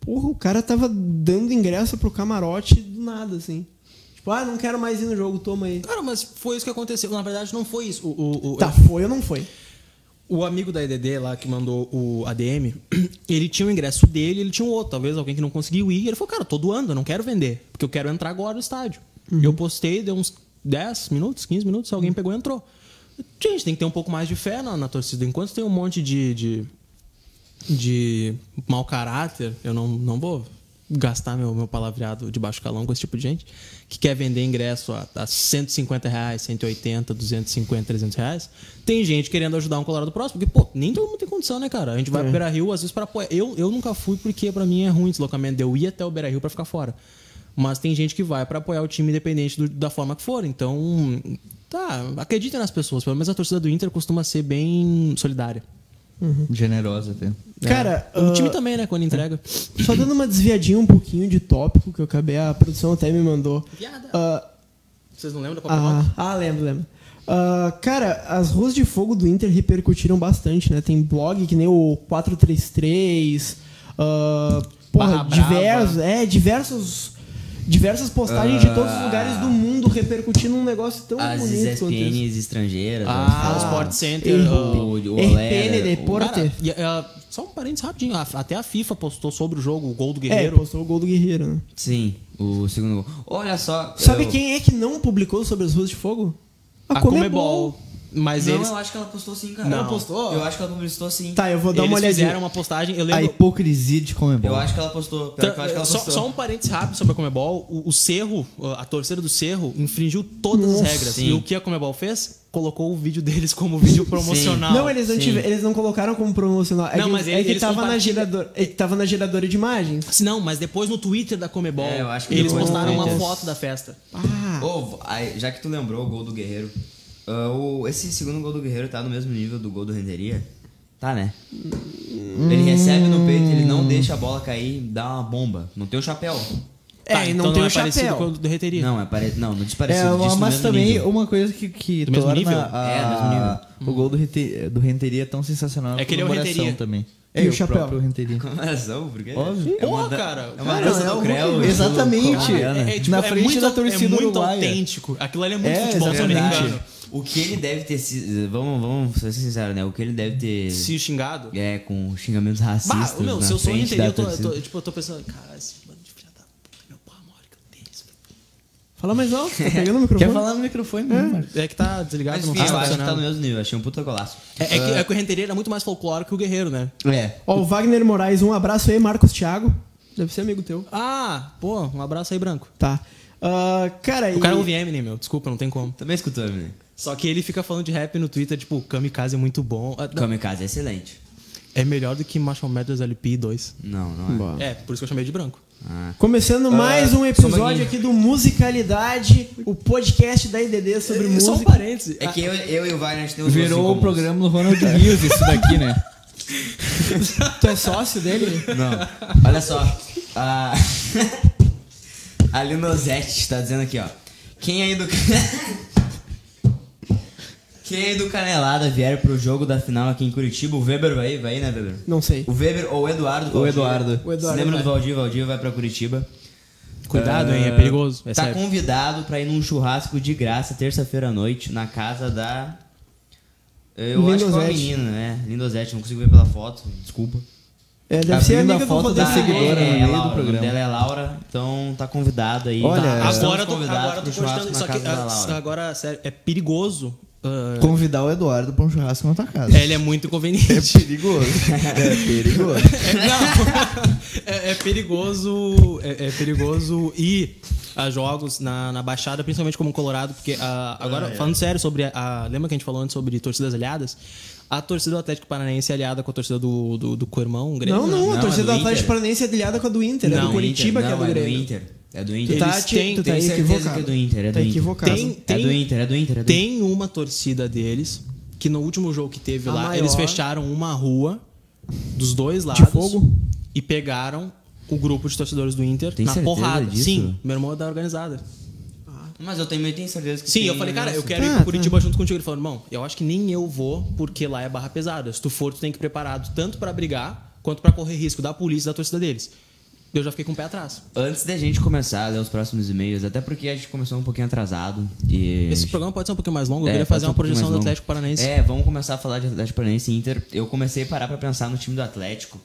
A: Porra, o cara tava dando ingresso pro camarote do nada, assim. Tipo, ah, não quero mais ir no jogo, toma aí.
B: Cara, mas foi isso que aconteceu. Na verdade, não foi isso. O, o, o-
A: Tá, foi ou não foi?
B: O amigo da EDD lá que mandou o ADM, ele tinha o ingresso dele, ele tinha um outro, talvez alguém que não conseguiu ir. Ele falou, cara, eu tô doando, eu não quero vender, porque eu quero entrar agora no estádio. E eu postei, deu uns 10 minutos, 15 minutos, alguém pegou e entrou. Gente, tem que ter um pouco mais de fé na, na torcida. Enquanto tem um monte de, de, de mau caráter, eu não, não vou gastar meu, meu palavreado de baixo calão com esse tipo de gente, que quer vender ingresso a, a 150 reais, 180, 250, 300 reais. Tem gente querendo ajudar um colorado próximo, porque, pô, nem todo mundo tem condição, né, cara? A gente vai pro Beira Rio, às vezes, pra apoiar. Eu, eu nunca fui porque, pra mim, é ruim o deslocamento. Eu ia até o Beira Rio pra ficar fora. Mas tem gente que vai pra apoiar o time independente do- da forma que for. Então, tá, acredita nas pessoas. Pelo menos a torcida do Inter costuma ser bem solidária.
C: Uhum. Generosa até.
A: Cara,
B: É. O
A: ah,
B: time também, né, quando entrega.
A: Só dando uma desviadinha um pouquinho de tópico que eu acabei, a produção até me mandou.
B: Piada.
A: Ah,
B: Vocês não lembram da Copa
A: ah, ah, lembro, lembro. Ah, cara, as ruas de fogo do Inter repercutiram bastante, né? Tem blog que nem o 433, ah, porra,
B: Barra Brava.
A: diversos, é, diversos, diversas postagens de
B: Ah.
A: todos os lugares do mundo repercutindo um negócio tão
D: As
A: bonito quanto isso.
D: ESPNs estrangeiras.
B: Ah,
D: as
B: Sport Center.
A: Ei,
B: ah,
D: O, o
A: RPN
D: Olera, o-
A: Deporte.
B: né? cara, e, ah, só um parênteses rapidinho. a- Até a FIFA postou sobre o jogo o gol do
A: É,
B: Guerreiro.
A: postou o gol do Guerreiro, né?
D: Sim, o segundo gol. Olha só.
A: Sabe
D: eu-
A: quem é que não publicou sobre as ruas de fogo?
B: a
A: é
B: Comebol. Mas
D: Não,
B: eles,
D: eu acho que ela postou sim, cara.
B: Não.
D: Ela postou? Eu acho que ela publicitou sim.
A: Tá, eu vou dar
B: eles
A: uma olhadinha.
B: fizeram uma postagem. Eu
C: A
B: lembro.
C: hipocrisia de é Comebol.
D: Eu acho que ela postou. Pior que eu acho que ela
B: Só,
D: postou.
B: só um parênteses rápido sobre a Comebol. O, o Cerro, a torcida do Cerro, infringiu todas
A: Nossa.
B: as regras.
D: Sim.
B: E o que a Comebol fez? Colocou o vídeo deles como vídeo promocional.
A: Não, eles não,
D: sim.
A: tive- eles não colocaram como promocional. É
B: Não,
A: que,
B: mas
A: é
B: ele-
A: que
B: eles
A: tava, na
B: compartilham-
A: geradora, é que tava na geradora de imagens.
B: Se Assim, Não, mas depois no Twitter da Comebol,
D: É, eu acho que
B: eles
D: depois no
B: postaram uma
D: Twitter.
B: foto da festa.
A: Ah,
D: Ô, aí, já que tu lembrou o gol do Guerreiro, ah, o- esse segundo gol do Guerreiro tá no mesmo nível do gol do Renderia? Tá, né? Ele recebe no peito, ele não deixa a bola cair, dá uma bomba. Não tem o chapéu.
A: é,
B: Tá,
A: e não
B: então
A: tem
B: não é
A: o
B: parecido
A: chapéu.
B: com o do derreteria.
D: Não, é pare... não, não desparecido.
C: É,
D: disso, no
C: mas
D: mesmo
C: também
D: nível.
C: uma coisa que, que
B: Do mesmo
C: torna
B: nível?
C: a-
D: É, do mesmo
C: o gol do, Rete- do Renteria tão sensacional.
B: É que ele é o
C: comemoração
B: Renteria.
C: também.
A: E
C: É,
A: o chapéu?
C: próprio Renteria.
D: Com razão, porque.
C: Óbvio.
D: É
B: Porra,
D: uma dan-
B: cara.
D: É uma
A: Cara,
D: dança
A: é
D: do
A: um
D: Creu.
A: gol-
C: Exatamente.
D: colombiano.
C: É, Na frente
B: muito,
C: da torcida
B: É muito
C: uruguaia.
B: autêntico. Aquilo ali é muito
C: É,
B: futebol
C: exatamente.
B: americano.
D: O que ele deve ter sido. Vamos, vamos ser sinceros, né? O que ele deve ter.
B: Se xingado.
D: É, com xingamentos
B: Bah,
D: racistas.
B: meu,
D: na
B: se eu sou
D: frente
B: renteria,
D: da
B: eu tô, eu
D: torcida.
B: tô- tipo, eu tô pensando, cara, esse bando de filha da puta, meu pau mora que eu tenho isso.
A: Fala mais alto, tá pegando o microfone.
C: Quer falar no microfone? não, Marcos?
B: É que tá desligado,
D: Mas
B: não
D: enfim,
B: tá
D: eu acho que tá no
B: funcionando.
D: mesmo nível. Achei um puta golaço.
B: É, é que, é que o renteria era muito mais folclore que o guerreiro, né?
C: É.
A: Ó, o Wagner Moraes, um abraço aí, Marcos Thiago. Deve ser amigo teu.
B: Ah, pô, um abraço aí, branco.
A: Tá. Ah, cara,
B: O cara é
A: e-
B: um ouve Eminem, né, meu, desculpa, não tem como.
D: Também escutou, menino.
B: Só que ele fica falando de rap no Twitter, tipo, Kamikaze é muito bom. Ah, não,
D: Kamikaze é excelente.
B: É melhor do que Marshall Mathers LP 2.
D: Não, não é.
A: Bom.
B: É, por isso que eu chamei de branco.
D: Ah.
A: Começando mais um episódio aqui do Musicalidade, o podcast da IDD sobre
B: Só um
A: música.
B: parênteses. Assim
D: É que eu, eu e o Wagner a gente tem os gostos em
C: Virou o
D: comum.
C: programa do Ronald News isso daqui, né?
A: Tu é sócio dele?
D: Não. Olha só. A, a Linozete tá dizendo aqui, ó. Quem aí do. Quem aí do Canelada vier pro jogo da final aqui em Curitiba, o Weber vai, vai, né, Weber?
A: Não sei.
D: O Weber ou o Eduardo.
C: O
D: Valdir.
C: Eduardo.
A: O Eduardo né?
D: Se lembra
A: vai.
D: do Valdir? Valdir vai pra Curitiba.
B: Cuidado,
D: Ah,
B: hein? É perigoso. É
D: tá
B: sério.
D: convidado pra ir num churrasco de graça terça-feira à noite na casa da. Eu acho que é uma
A: Lindozete.
D: menina, né? Lindozete, não consigo ver pela foto, desculpa.
A: É, deve
C: Tá
A: ser
C: vindo a
A: amiga do
C: foto da
A: Rodrigo.
C: seguidora.
D: é,
C: no
D: é
C: meio do
D: Laura, O
C: programa.
D: nome dela é Laura, então tá convidado aí.
C: Olha,
D: tá,
C: Agora
D: estamos
B: Agora eu tô,
D: convidados
B: agora eu tô
D: pro churrasco
B: postando. Só
D: na
B: que
D: casa da
B: ah,
D: Laura.
B: agora, sério, é perigoso. ah,
C: Convidar o Eduardo pra um churrasco na tua casa.
B: ele é muito inconveniente.
C: perigoso. é perigoso.
B: é, é perigoso. É, é perigoso ir a jogos na, na Baixada, principalmente como Colorado, porque ah, agora,
D: É,
B: falando sério sobre. A, a- lembra que a gente falou antes sobre torcidas aliadas? A torcida do Atlético Paranaense é aliada com a torcida do, do, do co-irmão, o Grêmio.
A: Não,
B: né?
A: não, a
D: Não,
A: torcida do
D: é do
A: Atlético
D: Inter.
A: Paranaense é delhada com a do Inter, é
D: Não,
A: do Curitiba
D: Inter,
A: que é
D: não,
A: do Grêmio.
D: Inter. É do
A: Tu
D: Inter.
A: tá,
B: Eles
A: te-
B: têm-
A: tu tá
D: Tenho certeza
A: equivocado.
D: que é do Inter, é do
A: Tá
D: Inter.
A: equivocado.
B: Tem-
D: É do Inter, é do Inter, é do Inter.
B: Tem uma torcida deles que no último jogo que teve
A: A
B: lá,
A: maior.
B: eles fecharam uma rua dos dois lados
A: fogo?
B: e pegaram o grupo de torcedores do Inter
D: Tem
B: na
D: certeza
B: porrada.
D: disso?
B: Sim, meu irmão é da organizada.
D: Mas eu também tenho certeza que Ah, tá.
B: Sim,
D: tem
B: eu falei, cara, eu
D: negócio.
B: quero ir pro Curitiba junto contigo. Ele falou, irmão, eu acho que nem eu vou, porque lá é barra pesada. Se tu for, tu tem que ir preparado tanto pra brigar quanto pra correr risco da polícia e da torcida deles. Eu já fiquei com o pé atrás.
D: Antes da gente começar a ler os próximos e-mails, até porque a gente começou um pouquinho atrasado. E...
B: Esse programa pode ser um pouquinho mais longo, eu
D: É,
B: queria
D: pode
B: fazer
D: ser
B: uma
D: um pouquinho
B: projeção
D: mais
B: do
D: longo.
B: Atlético Paranaense.
D: É, vamos começar a falar de Atlético Paranaense e Inter. Eu comecei a parar pra pensar no time do Atlético.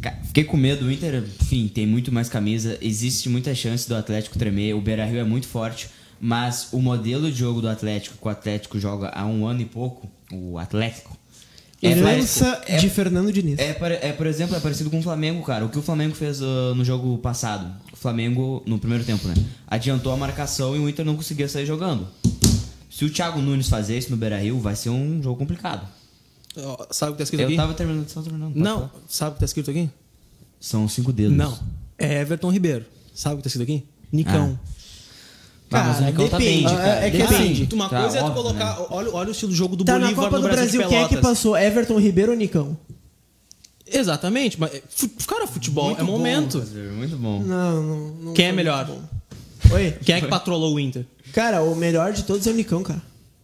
D: Ca- Fiquei com medo, o Inter, enfim, tem muito mais camisa, existe muita chance do Atlético tremer, o Beira-Rio é muito forte, mas o modelo de jogo do Atlético, que o Atlético joga há um ano e pouco, o Atlético... é
A: Herança
D: Atlético, é
A: de Fernando Diniz.
D: é, par- é, por exemplo, é parecido com o Flamengo, cara. O que o Flamengo fez ah, no jogo passado? O Flamengo, no primeiro tempo, né? Adiantou a marcação e o Inter não conseguia sair jogando. Se o Thiago Nunes fazer isso no Beira Rio, vai ser um jogo complicado.
B: Ó, Sabe o que tá escrito
D: É. Eu
B: aqui?
D: tava terminando, só terminando. pode
B: Não,
D: falar.
B: sabe o que tá escrito aqui?
D: São cinco dedos.
B: Não. É Everton Ribeiro. Sabe o que tá escrito aqui? Nicão.
D: Ah, mas o
A: Cara,
D: Nicão tá bem,
A: depende,
D: cara.
A: é- é que assim,
D: Depende.
B: Uma
D: Tá,
B: coisa é tu
D: óbvio,
B: colocar.
D: né?
B: Olha, olha o estilo de jogo do
A: Tá, na
B: Bolívar
A: Copa
B: no
A: do Brasil,
B: Brasil, de
A: quem é que
B: Pelotas.
A: passou? Everton Ribeiro ou Nicão?
B: Exatamente, mas. é, fu- Cara, futebol é
D: Muito bom,
B: momento.
D: César, Muito bom.
A: Não, não. não
B: Quem é
A: foi
B: melhor?
A: muito bom. Oi?
B: Quem é que patrolou o Inter?
A: Cara, o melhor de todos é o Nicão, cara.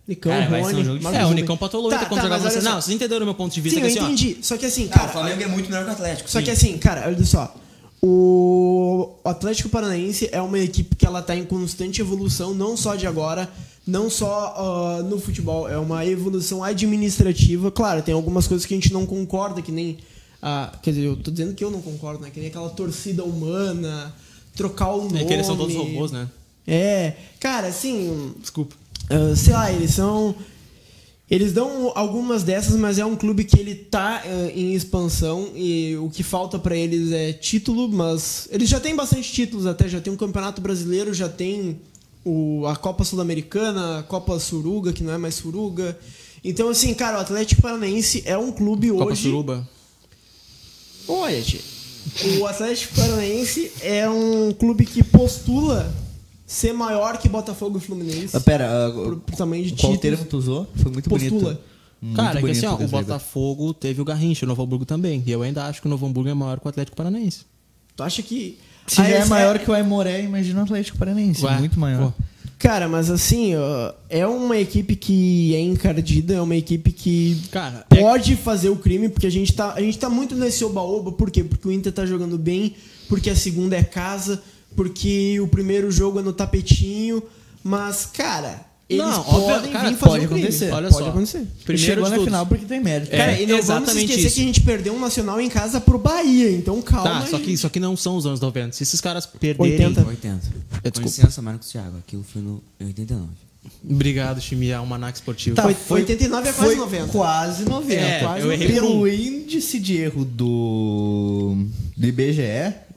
A: Nicão,
D: Cara, vai ser um
A: Rony,
D: jogo difícil.
A: Marcos
B: É, o
A: Zubi.
B: Nicão patrolou o
A: Tá,
B: Inter quando
A: tá,
B: jogava
A: mas
B: no
A: olha
B: Não,
A: só.
B: vocês entenderam o meu ponto de vista.
A: Sim,
B: que
A: eu
B: assim, ó,
A: entendi. Só que assim,
D: Ah, o
A: cara,
D: Flamengo é muito melhor que o Atlético.
A: Só
D: sim.
A: que assim, cara, olha só. O Atlético Paranaense é uma equipe que ela tá em constante evolução, não só de agora, não só ah, no futebol, é uma evolução administrativa. Claro, tem algumas coisas que a gente não concorda, que nem. ah, quer dizer, eu tô dizendo que eu não concordo, né? Que nem aquela torcida humana, trocar o nome.
B: É que eles são todos robôs, né?
A: É, cara, assim,
B: Desculpa.
A: ah, sei lá, eles são. Eles dão algumas dessas, mas é um clube que ele tá ah, em expansão e o que falta pra eles é título, mas eles já têm bastante títulos até, já tem o Campeonato Brasileiro, já tem o, a Copa Sul-Americana, a Copa Suruga, que não é mais Suruga. Então, assim, cara, o Atlético Paranaense é um clube
B: Copa
A: hoje...
B: Suruba.
A: Olha, tia. O Atlético Paranaense é um clube que postula ser maior que Botafogo e Fluminense.
C: Ah, pera, ah,
A: Pro- pro tamanho de
C: qual
A: títulos.
C: termo tu usou? Foi muito
A: Postula.
C: bonito. Muito
B: Cara, é que
C: bonito
B: assim, ó, o
C: desse aí.
B: Botafogo teve o Garrincha, o Novo Hamburgo também. E eu ainda acho que o Novo Hamburgo é maior que o Atlético Paranaense.
A: Tu acha que.
C: Se
A: Ah,
C: já é
A: esse
C: maior que o Aimoré, imagina o Atlético Paranense.
B: Ué,
C: muito maior.
B: pô.
A: Cara, mas assim, ó, é uma equipe que é encardida, é uma equipe que.
B: Cara, é-
A: Pode fazer o crime, porque a gente tá, a gente tá muito nesse oba-oba, por quê? Porque o Inter tá jogando bem, porque a segunda é casa, porque o primeiro jogo é no tapetinho, mas, cara, eles
B: Não, óbvio,
A: podem
B: cara,
A: vir fazer
B: pode
A: o crime.
B: acontecer.
A: Olha
B: Olha
A: pode
B: só.
A: acontecer.
B: Primeiro
C: Chegou
B: de
C: na
B: tudo.
C: final porque tem mérito.
B: É.
A: Cara, e não vamos
B: exatamente
A: esquecer
B: isso.
A: que a gente perdeu um Nacional em casa pro Bahia, então calma
B: Tá, só
A: aí.
B: que, só que não são os anos 90. Se esses caras perderem.
A: 80.
D: 80.
B: desculpa.
D: Com licença, Marcos Thiago. Aquilo foi no 89.
B: Obrigado, é time, ao Manac Esportivo.
A: Tá, 89 é quase 90.
C: Quase 90.
B: É,
C: quase
B: eu errei
C: 90.
B: por um.
C: Pelo índice de erro do, do IBGE,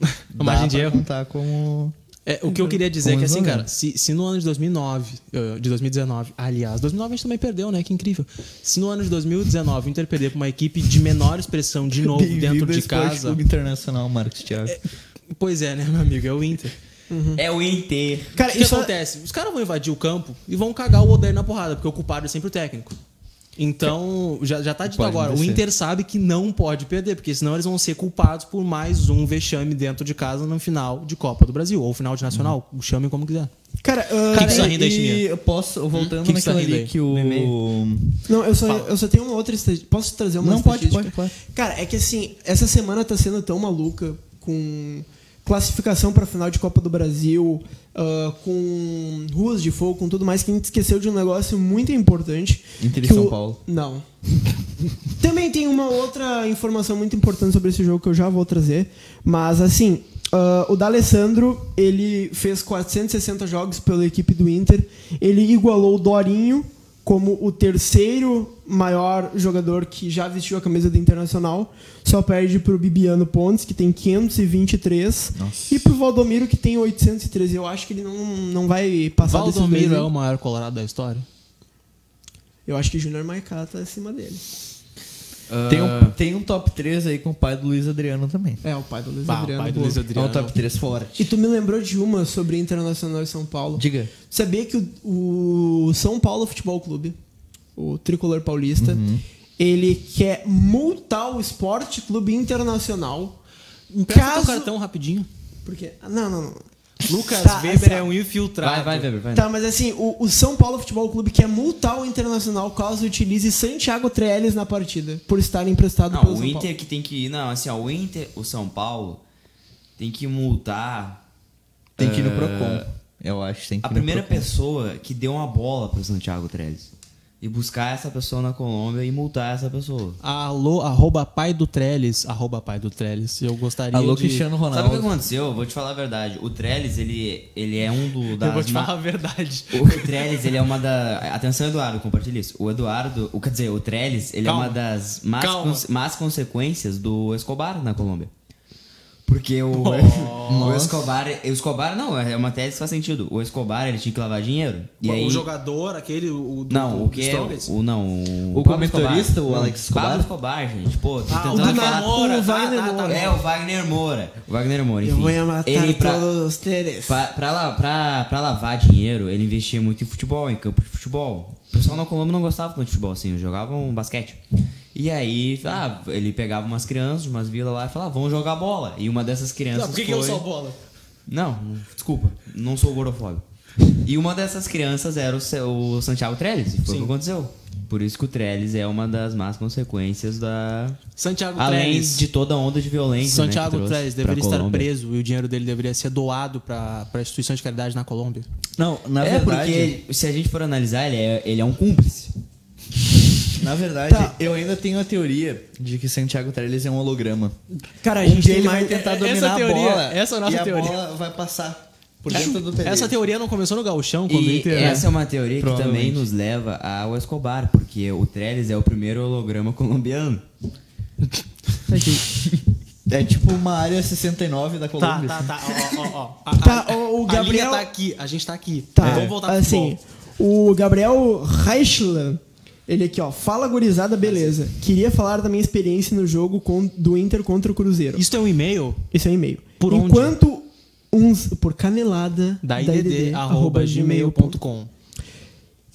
C: dá
B: margem de
C: pra
B: erro.
C: contar como...
B: É, o que eu queria dizer é que,
C: Vamos
B: assim,
C: lá.
B: cara, se, se no ano de 2009, eh, de 2019, aliás, 2009 a gente também perdeu, né? Que incrível. Se no ano de 2019 o Inter perder pra uma equipe de menor expressão de novo
C: Bem-vindo
B: dentro
C: ao
B: de
C: Esporte
B: casa.
C: Clube Internacional, Marcos Thiago.
B: Pois é, né, meu amigo? É o Inter.
A: Uhum.
D: É o Inter.
A: Cara,
B: o que
A: isso é-
B: acontece? Os caras vão invadir o campo e vão cagar o Odair na porrada, porque o culpado é sempre o técnico. Então, já, já tá dito
C: Pode
B: agora. O
C: acontecer.
B: Inter sabe que não pode perder, porque senão eles vão ser culpados por mais um vexame dentro de casa no final de Copa do Brasil, ou final de Nacional, chamem como quiser.
A: Cara, ah,
B: Cara,
A: tem-
B: isso aí- tá rindo aí, Chiminha?
C: E eu posso, voltando
B: que que você tá
C: naquela
B: rindo
C: ali
B: aí?
C: que o.
A: Não, eu só, eu só tenho uma outra estatística. Posso trazer uma
C: Não, pode,
A: estatística?
C: pode,
A: Cara, é que assim, essa semana tá sendo tão maluca com classificação pra final de Copa do Brasil, ah, com ruas de fogo, com tudo mais, que a gente esqueceu de um negócio muito importante.
C: Inter e
A: que
C: São
A: o-
C: Paulo.
A: Não. Também tem uma outra informação muito importante sobre esse jogo que eu já vou trazer. Mas assim, ah, o D'Alessandro, ele fez 460 jogos pela equipe do Inter. Ele igualou o Dorinho como o terceiro maior jogador que já vestiu a camisa do Internacional. Só perde pro Bibiano Pontes, que tem 523. E pro Valdomiro, que tem 813. Eu acho que ele não, não vai passar desses
B: Valdomiro
A: dois,
B: é
A: hein?
B: o maior colorado da história.
A: Eu acho que Júnior Maicá tá acima dele.
C: Tem, um, tem um top 3 aí com o pai do Luiz Adriano também.
A: É, o pai do Luiz
B: Bah,
A: Adriano.
B: pai do
A: boa.
B: Luiz Adriano.
C: Olha o top 3 fora.
A: E tu me lembrou de uma sobre Internacional e São Paulo.
C: Diga.
A: Sabia que o, o São Paulo Futebol Clube, o tricolor paulista, ele quer multar o Esporte Clube Internacional.
B: Empresta
A: Caso-
B: teu cartão rapidinho.
A: Porque. ah, Não, não, não.
B: Lucas
A: Tá,
B: Weber
A: assim,
B: é um infiltrado.
D: Vai, vai, Weber, vai.
A: Tá, mas assim, o, o São Paulo Futebol Clube quer multar o Internacional caso utilize Santiago Trellis na partida, por estar emprestado
D: Não,
A: pelo
D: o
A: São
D: Inter
A: Paulo.
D: que tem que. Não, assim, ó, o Inter, o São Paulo, tem que multar
C: Tem que ir no
B: É,
D: Ah,
C: Procon. Eu acho, tem que
D: a
C: ir no
D: primeira
C: Procon.
D: pessoa que deu uma bola pro Santiago Trellis. E buscar essa pessoa na Colômbia e multar essa pessoa.
B: Alô, arroba pai do Trellis, arroba pai do Trellis. Eu gostaria
C: Alô,
B: de...
C: Cristiano
D: Sabe o que
C: Ronaldo.
D: aconteceu? Eu Vou te falar a verdade. O Trellis, ele, ele é um do, das
B: Eu vou te
D: ma-
B: falar a verdade.
D: O Trellis, ele é uma da. Atenção, Eduardo, compartilha isso. O Eduardo, o, quer dizer, o Trellis, ele
B: Calma.
D: é uma das más,
B: Calma.
D: cons- más consequências do Escobar na Colômbia. Porque o, o Escobar. O Escobar, não, é uma tese que faz sentido. O Escobar, ele tinha que lavar dinheiro. E aí,
B: O jogador, aquele... O, do-
D: Não,
B: do
D: o que é.
B: Strongest.
D: O, não, o.
C: O
D: Pablo
C: comentarista,
D: Escobar.
C: o Alex
D: Não,
C: Escobar?
D: Pablo Escobar, gente. Pô, tô
B: Ah,
D: tentando
B: o Ah,
A: do
D: falar-
B: Moura,
D: Tá,
A: tá,
D: tá,
A: tá,
D: tá.
A: tá.
D: É, o Wagner Moura. O Wagner Moura, enfim.
A: Eu vou matar
D: ele tá pra-
A: todos vocês.
D: Pra, pra, la- pra- pra lavar dinheiro, ele investia muito em futebol, em campo de futebol. O pessoal na Colômbia não gostava tanto de futebol, assim, eles jogavam basquete. E aí, ah, ele pegava umas crianças de umas vilas lá e falava, vamos jogar bola. E uma dessas crianças.
B: Ah, por que, que
D: foi...
B: eu sou bola?
D: Não, desculpa, não sou gorofóbico. E uma dessas crianças era o, Sa- o Santiago Trellis, e foi o que aconteceu. Por isso que o Trellis é uma das más consequências da.
B: Santiago
D: Além
B: Trellis.
D: de toda a onda de violência. né, que
B: Santiago
D: trouxe
B: Trellis
D: pra
B: deveria estar
D: Colômbia.
B: preso e o dinheiro dele deveria ser doado pra pra instituição de caridade na Colômbia.
C: Não, na
D: é,
C: verdade.
D: porque se a gente for analisar, ele é, ele é um cúmplice.
C: Na verdade,
A: Tá.
C: eu ainda tenho a teoria de que Santiago Trellis é um holograma.
A: Cara, a
C: Um
A: gente
C: dia
A: tem
C: ele vai
A: mais.
C: tentar
B: é, essa
C: dominar
B: teoria,
C: a bola.
B: essa é a nossa
C: e
B: teoria.
C: A bola vai passar por dentro do Pelé.
B: Essa teoria não começou no Gauchão quando o
D: E
B: Inter.
A: né?
D: essa é uma teoria que também
C: Provavelmente.
D: nos leva ao Escobar, porque o Trellis é o primeiro holograma colombiano.
C: É tipo uma área 69
B: Tá,
C: da Colômbia.
B: tá,
C: assim.
B: tá. Ó, ó, ó, ó.
A: Tá,
B: a,
A: o- o
B: a
A: Gabriel-
B: linha tá aqui, a gente tá aqui.
A: Tá,
B: Vamos voltar pro
A: assim,
B: futebol.
A: o Gabriel Reichland, ele aqui, ó, fala gurizada, beleza. Queria falar da minha experiência no jogo con- do Inter contra o Cruzeiro.
B: Isso é um e-mail
A: Isso é um e-mail.
B: Por onde?
A: Enquanto uns por canelada
B: da
A: IDD, arroba gmail ponto-
B: idd@gmail.com.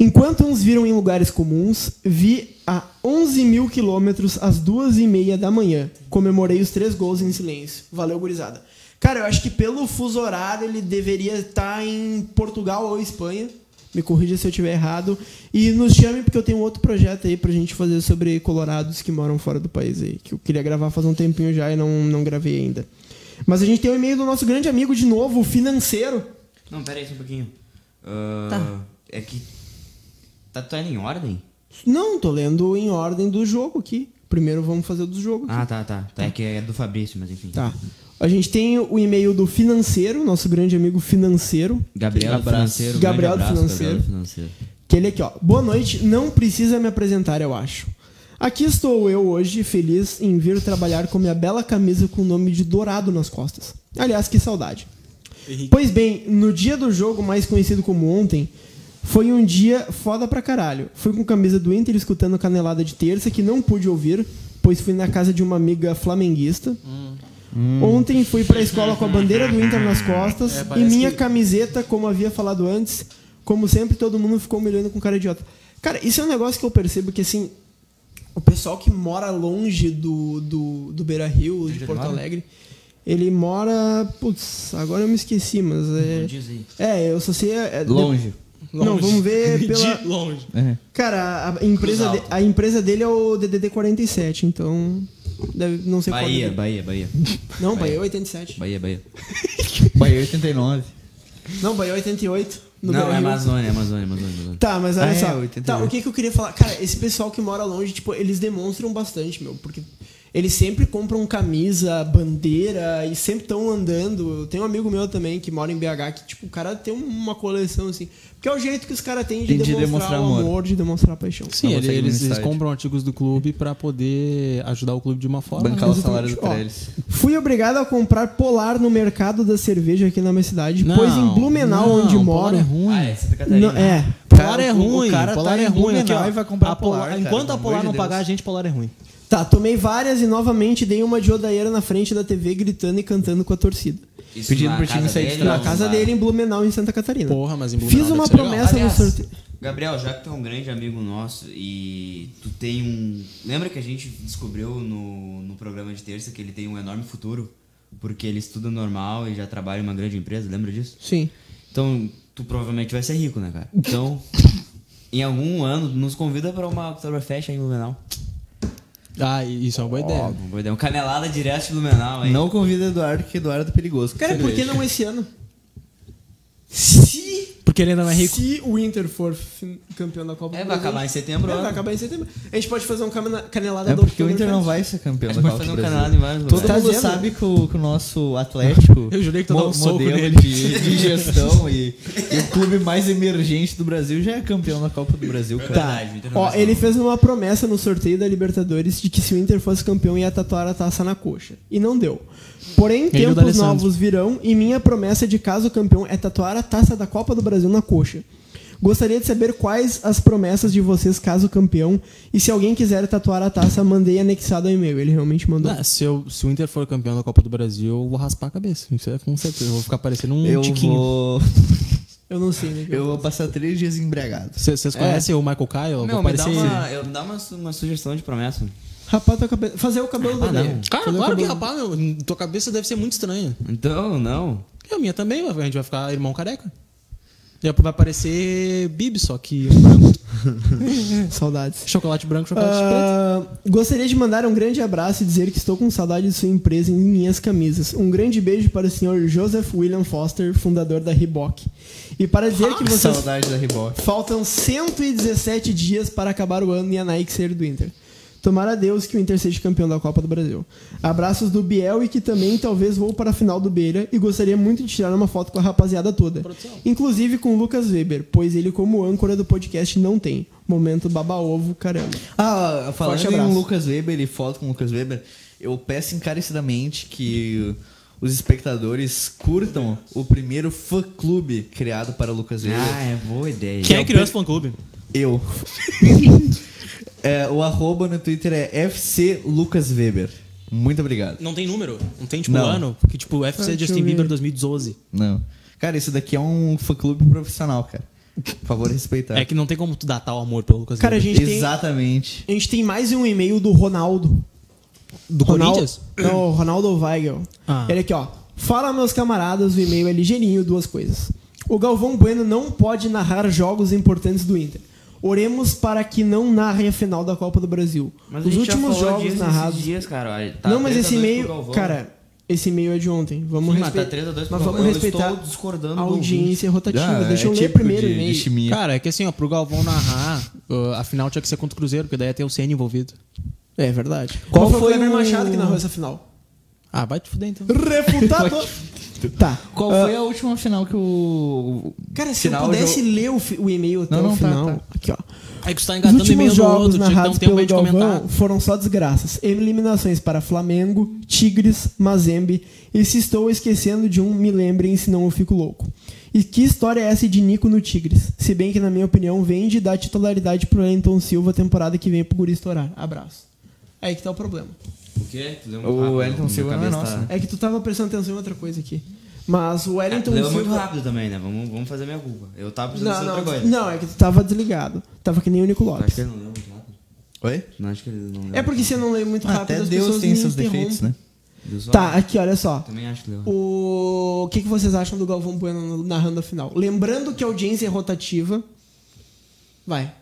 A: Enquanto uns viram em lugares comuns, vi a 11 mil quilômetros às duas e meia da manhã. Comemorei os três gols em silêncio. Valeu, gurizada. Cara, eu acho que pelo fuso horário ele deveria estar em Portugal ou Espanha. Me corrija se eu tiver errado. E nos chame porque eu tenho outro projeto aí pra gente fazer sobre colorados que moram fora do país aí. Que eu queria gravar faz um tempinho já e não, não gravei ainda. Mas a gente tem o e-mail do nosso grande amigo de novo, o financeiro.
D: Não, pera aí só um pouquinho. Ah, É que. Tá tudo em ordem?
A: Não, tô lendo em ordem do jogo aqui. Primeiro vamos fazer o do jogo aqui.
D: Ah, tá, tá. Tá, É que é do Fabrício, mas enfim.
A: Tá. A gente tem o e-mail do financeiro, nosso grande amigo financeiro.
D: Gabriel do
C: Abraço.
D: Financeiro. um
A: Gabriel
D: grande
A: do
D: abraço,
A: Financeiro.
D: Gabriel do Financeiro.
A: Que ele aqui, ó. Boa noite, não precisa me apresentar, eu acho. Aqui estou eu hoje, feliz em vir trabalhar com minha bela camisa com o nome de Dourado nas costas. Aliás, que saudade. Pois bem, no dia do jogo, mais conhecido como ontem, foi um dia foda pra caralho. Fui com camisa do Inter escutando canelada de terça, que não pude ouvir, pois fui na casa de uma amiga flamenguista. Ontem fui pra escola com a bandeira do Inter nas costas
B: É,
A: e
B: parece
A: minha
B: que-
A: camiseta, como havia falado antes, como sempre, todo mundo ficou me olhando com cara idiota. Cara, isso é um negócio que eu percebo que, assim, o pessoal que mora longe do, do, do Beira Rio, de Porto Alegre, ele mora. Putz, agora eu me esqueci, mas é.
E: diz aí.
A: É, eu só sei. é-
C: Longe.
A: Não, vamos ver pela.
B: De longe.
C: É.
A: Cara, a empresa, de- a empresa dele é o DDD 47, então. Deve, não sei qual.
D: Bahia,
A: é.
D: Bahia, Bahia.
A: Não, Bahia é 87.
D: Bahia, Bahia.
C: Bahia 89.
A: Não, Bahia é 88. No
D: Não, é
A: Beira-Rio.
D: Amazônia, Amazônia, Amazônia, Amazônia.
A: Tá, mas olha
C: Ah, é,
A: só.
C: 88.
A: Tá, o que, que eu queria falar? Cara, esse pessoal que mora longe, tipo, eles demonstram bastante, meu, porque eles sempre compram camisa, bandeira e sempre estão andando. Eu tenho um amigo meu também que mora em BH que, tipo, o cara tem uma coleção assim. Porque é o jeito que os caras têm de
C: Tem de
A: demonstrar,
C: demonstrar
A: o amor,
C: amor.
A: de demonstrar a paixão.
B: Sim,
C: Não
B: ele-
C: consegue no
B: eles, eles
C: site.
B: compram artigos do clube pra poder ajudar o clube de uma forma.
C: Bancar o
B: né?
C: salário
A: Tipo, Ó,
C: pra eles.
A: Fui obrigado a comprar polar no mercado da cerveja aqui na minha cidade,
B: Não,
A: pois em Blumenau,
B: não,
A: onde
B: Polar
A: moro.
B: é ruim.
D: Ah, é Santa Catarina.
A: Não, é.
B: Polar é
C: Cara, o- o
B: ruim,
C: cara
B: Polar
C: tá
B: é
C: em
B: ruim. Aqui,
C: Blumenau
B: ó.
C: e vai comprar
B: A Polar-
C: Polar, cara,
B: enquanto
C: pelo
B: a
C: amor
B: Polar
C: de
B: não
C: Deus.
B: pagar a gente, Polar é ruim.
A: Tá, tomei várias e novamente dei uma de odaíra na frente da TV gritando e cantando com a torcida.
D: Isso
C: Pedindo
D: na
C: pro time
D: casa
C: sair de
D: dele, é
C: trás.
A: Na
D: não,
A: casa
D: lá.
A: dele em Blumenau, em Santa Catarina.
B: Porra, mas em Blumenau
A: Fiz
B: deve
A: uma
B: ser legal.
A: promessa no
D: Aliás,
A: sorteio.
D: Gabriel, já que tu é um grande amigo nosso e tu tem um. Lembra que a gente descobriu no, no programa de terça que ele tem um enorme futuro? Porque ele estuda normal e já trabalha em uma grande empresa, lembra disso?
A: Sim.
D: Então, tu provavelmente vai ser rico, né, cara? Então, em algum ano, nos convida pra uma Oktoberfest aí em Blumenau.
B: Ah, isso é uma boa
D: Ó,
B: ideia.
D: uma boa ideia. Um canelada direto de Blumenau aí.
C: Não convida Eduardo, que Eduardo é perigoso.
A: Cara, por que não esse ano? Se,
B: Porque ele ainda não é rico.
A: se o Inter for fin- campeão da Copa
D: É,
A: do
D: vai
A: Brasil,
D: acabar em setembro.
A: é, vai
B: né?
D: ano.
A: acabar em setembro. A gente pode fazer um camina- canelada
C: É
A: do
C: porque o
A: Oktoberfest.
C: Inter não vai ser campeão
D: A
C: da
D: gente pode
C: Copa
D: fazer
C: do
D: um
C: Brasil.
D: canelada em vários
C: Todo
D: lugares.
A: Tá
C: mundo
A: dizendo?
C: sabe que o, que o nosso Atlético
B: Eu jurei que tu dava um
C: mo-
B: soco
C: modelo
B: nele.
C: De, de gestão e, e o clube mais emergente do Brasil já é campeão da Copa do Brasil, cara.
A: Tá.
D: Verdade, o Inter não
A: Ó,
D: vai ser
A: ele
D: campeão.
A: fez uma promessa no sorteio da Libertadores de que se o Inter fosse campeão ia tatuar a taça na coxa. E não deu. Porém,
B: e o
A: tempos
B: D'Alessandro.
A: novos virão e minha promessa de caso campeão é tatuar a taça da Copa do Brasil na coxa. Gostaria de saber quais as promessas de vocês caso campeão e se alguém quiser tatuar a taça, mandei anexado ao e-mail. Ele realmente mandou.
B: Não, se, eu- se o Inter for campeão da Copa do Brasil, eu vou raspar a cabeça. Isso é com certeza. Eu vou ficar parecendo um
C: Eu
B: tiquinho.
C: vou,
A: Eu não sei, né?
C: eu vou passar três dias embriagado.
B: Vocês conhecem o Michael Kyle? Eu
D: Meu,
B: vou
D: me dá,
B: parecer.
D: uma, eu, me dá uma, su- uma sugestão de promessa.
A: Rapaz, teu cabelo. Fazer o cabelo do Daniel.
B: Ah, Cara, claro que rapaz, meu, tua cabeça deve ser muito estranha.
D: Então, não.
B: E a minha também, a gente vai ficar irmão careca. E vai parecer Bibi, só que um branco. é.
A: Saudades.
B: chocolate branco, chocolate preto.
A: Ah, gostaria de mandar um grande abraço e dizer que estou com saudade de sua empresa em minhas camisas. Um grande beijo para o senhor Joseph William Foster, fundador da Reebok. E para dizer que vocês
C: Ah, Saudade da Reebok.
A: faltam 117 dias para acabar o ano e a Nike ser do Inter. Tomara a Deus que o Inter seja campeão da Copa do Brasil. Abraços do Biel e que também talvez vou para a final do Beira e gostaria muito de tirar uma foto com a rapaziada toda. Inclusive com o Lucas Weber, pois ele como âncora do podcast não tem. Momento baba-ovo, caramba.
C: Ah,
A: Forte
C: falando
A: abraço.
C: em Lucas Weber e foto com o Lucas Weber, eu peço encarecidamente que os espectadores curtam o primeiro fã-clube criado para o Lucas Weber.
D: Ah, é boa ideia.
B: Quem é criança fã clube?
C: Eu. É, o arroba no Twitter é FC Lucas Weber. Muito obrigado.
B: Não tem número. Não tem, tipo,
C: Não.
B: ano. Que, tipo, FC
A: Ah, deixa
B: Justin
A: eu
B: Bieber
A: ver.
B: 2012.
C: Não. Cara, isso daqui é um fã-clube profissional, cara. Por favor, respeitar.
B: É que não tem como tu dar tal amor pelo Lucas
A: Cara, a
B: Weber.
A: gente tem
C: Exatamente.
A: A gente tem mais um e-mail do Ronaldo.
B: Do
A: Ronal-
B: Corinthians?
A: Não, Ronaldo Weigel.
B: Ah.
A: Ele aqui, ó. Fala, meus camaradas, o e-mail é ligeirinho, duas coisas. O Galvão Bueno não pode narrar jogos importantes do Inter. Oremos para que não narrem a final da Copa do Brasil.
D: Mas
A: Os
D: a gente já
A: últimos
D: falou
A: jogos
D: disso
A: narrados.
D: Esses dias, cara, olha, tá
A: não, mas
D: 3 a
A: esse
D: 2 pro
A: e-mail.
D: Galvão.
A: Cara, esse e-mail é de ontem. Vamos
D: Sim, mas tá
A: respeitar.
D: 3 a 2 pro
A: mas vamos
D: Galvão. Eu
A: respeitar
D: estou discordando
A: a
D: do
A: audiência rotativa.
C: Ah,
A: Deixa eu
C: é
A: ler
C: típico
A: primeiro o
C: de- de
A: e-mail.
C: chimia.
B: Cara, é que assim, ó, pro Galvão narrar, uh, a final tinha que ser contra o Cruzeiro, porque daí ia ter o CN envolvido.
A: É verdade.
C: Qual
A: Mas
C: foi
A: o Kleber
C: o-
A: Machado que narrou essa final?
B: Ah, vai te fuder então.
A: Refutado! tá.
C: Qual foi a última final que o.
A: Cara, se
C: Final,
A: eu pudesse
C: eu-
A: ler o, fi- o e-mail até
C: Não, não,
A: o
C: tá,
A: final.
C: tá.
A: Aqui, ó.
B: É que tu tá
A: Os
B: engatando e-mail
A: últimos
B: do
A: jogos
B: outro, tinha que dar
A: narrados
B: um tempo
A: pelo
B: aí de comentar.
A: Galvão foram só desgraças. Eliminações para Flamengo, Tigres, Mazembe. E se estou esquecendo de um, me lembrem, senão eu fico louco. E que história é essa de Nico no Tigres? Se bem que, na minha opinião, vem de dar titularidade pro Wellington Silva temporada que vem pro Guri estourar. Abraço. Aí que tá o problema.
D: O quê? Tu deu um
C: O
D: papo,
C: Wellington
D: minha
C: Silva não é
D: cabeça
C: nosso,
D: tá-
C: né?
A: É que tu tava prestando atenção em outra coisa aqui. Mas o Wellington
D: Leu muito
A: Silva.
D: rápido também, né? Vamos, vamos fazer minha culpa. Eu tava precisando
A: Não,
D: fazer outra
A: não,
D: coisa.
A: não, é que tu tava desligado. Tava que nem o Nico
D: Acho
A: Lopes.
D: que ele não leu muito rápido.
C: Oi?
D: Não, acho que ele não leu.
A: É porque você não lê muito
C: Ah,
A: rápido.
C: até
A: as
C: Deus
A: pessoas
C: tem
A: me
C: seus defeitos,
A: interrompem.
C: né?
D: Deu só- um.
A: Tá, aqui, olha só.
D: Também acho que leu.
A: O... o que, que vocês acham do Galvão Bueno narrando a final? Lembrando que a audiência é rotativa. Vai.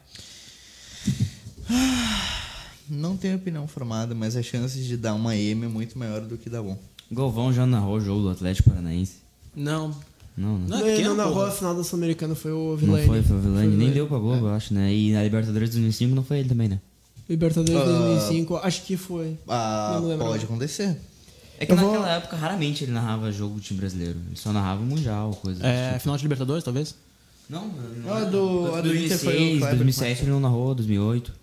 C: Não tenho opinião formada, mas a chance de dar uma M é muito maior do que dar bom.
D: Golvão já narrou o jogo do Atlético Paranaense.
B: Não.
D: Não, né?
B: Não é
A: Ele
B: pequeno,
A: não narrou
B: porra.
A: a final da Sul-Americana, foi o
D: Não
A: Vilani.
D: foi, foi o
A: Foi
D: Vilani.
A: o
D: Nem
A: Vilani.
D: deu pra Globo, eu acho, né? E na Libertadores 2005 não foi ele também, né?
A: Libertadores
C: Ah.
A: 2005, acho que foi.
C: Ah,
A: Não me lembro.
C: pode acontecer.
D: É que
A: Eu vou-
D: naquela época raramente ele narrava jogo do time brasileiro. Ele só narrava o Mundial, coisa
B: É,
D: do tipo.
B: final de Libertadores, talvez?
D: Não, ele não
C: Ah,
D: narrava.
C: do- a do Inter foi o
D: 2006,
C: Kleber
D: 2007 ele não narrou, 2008.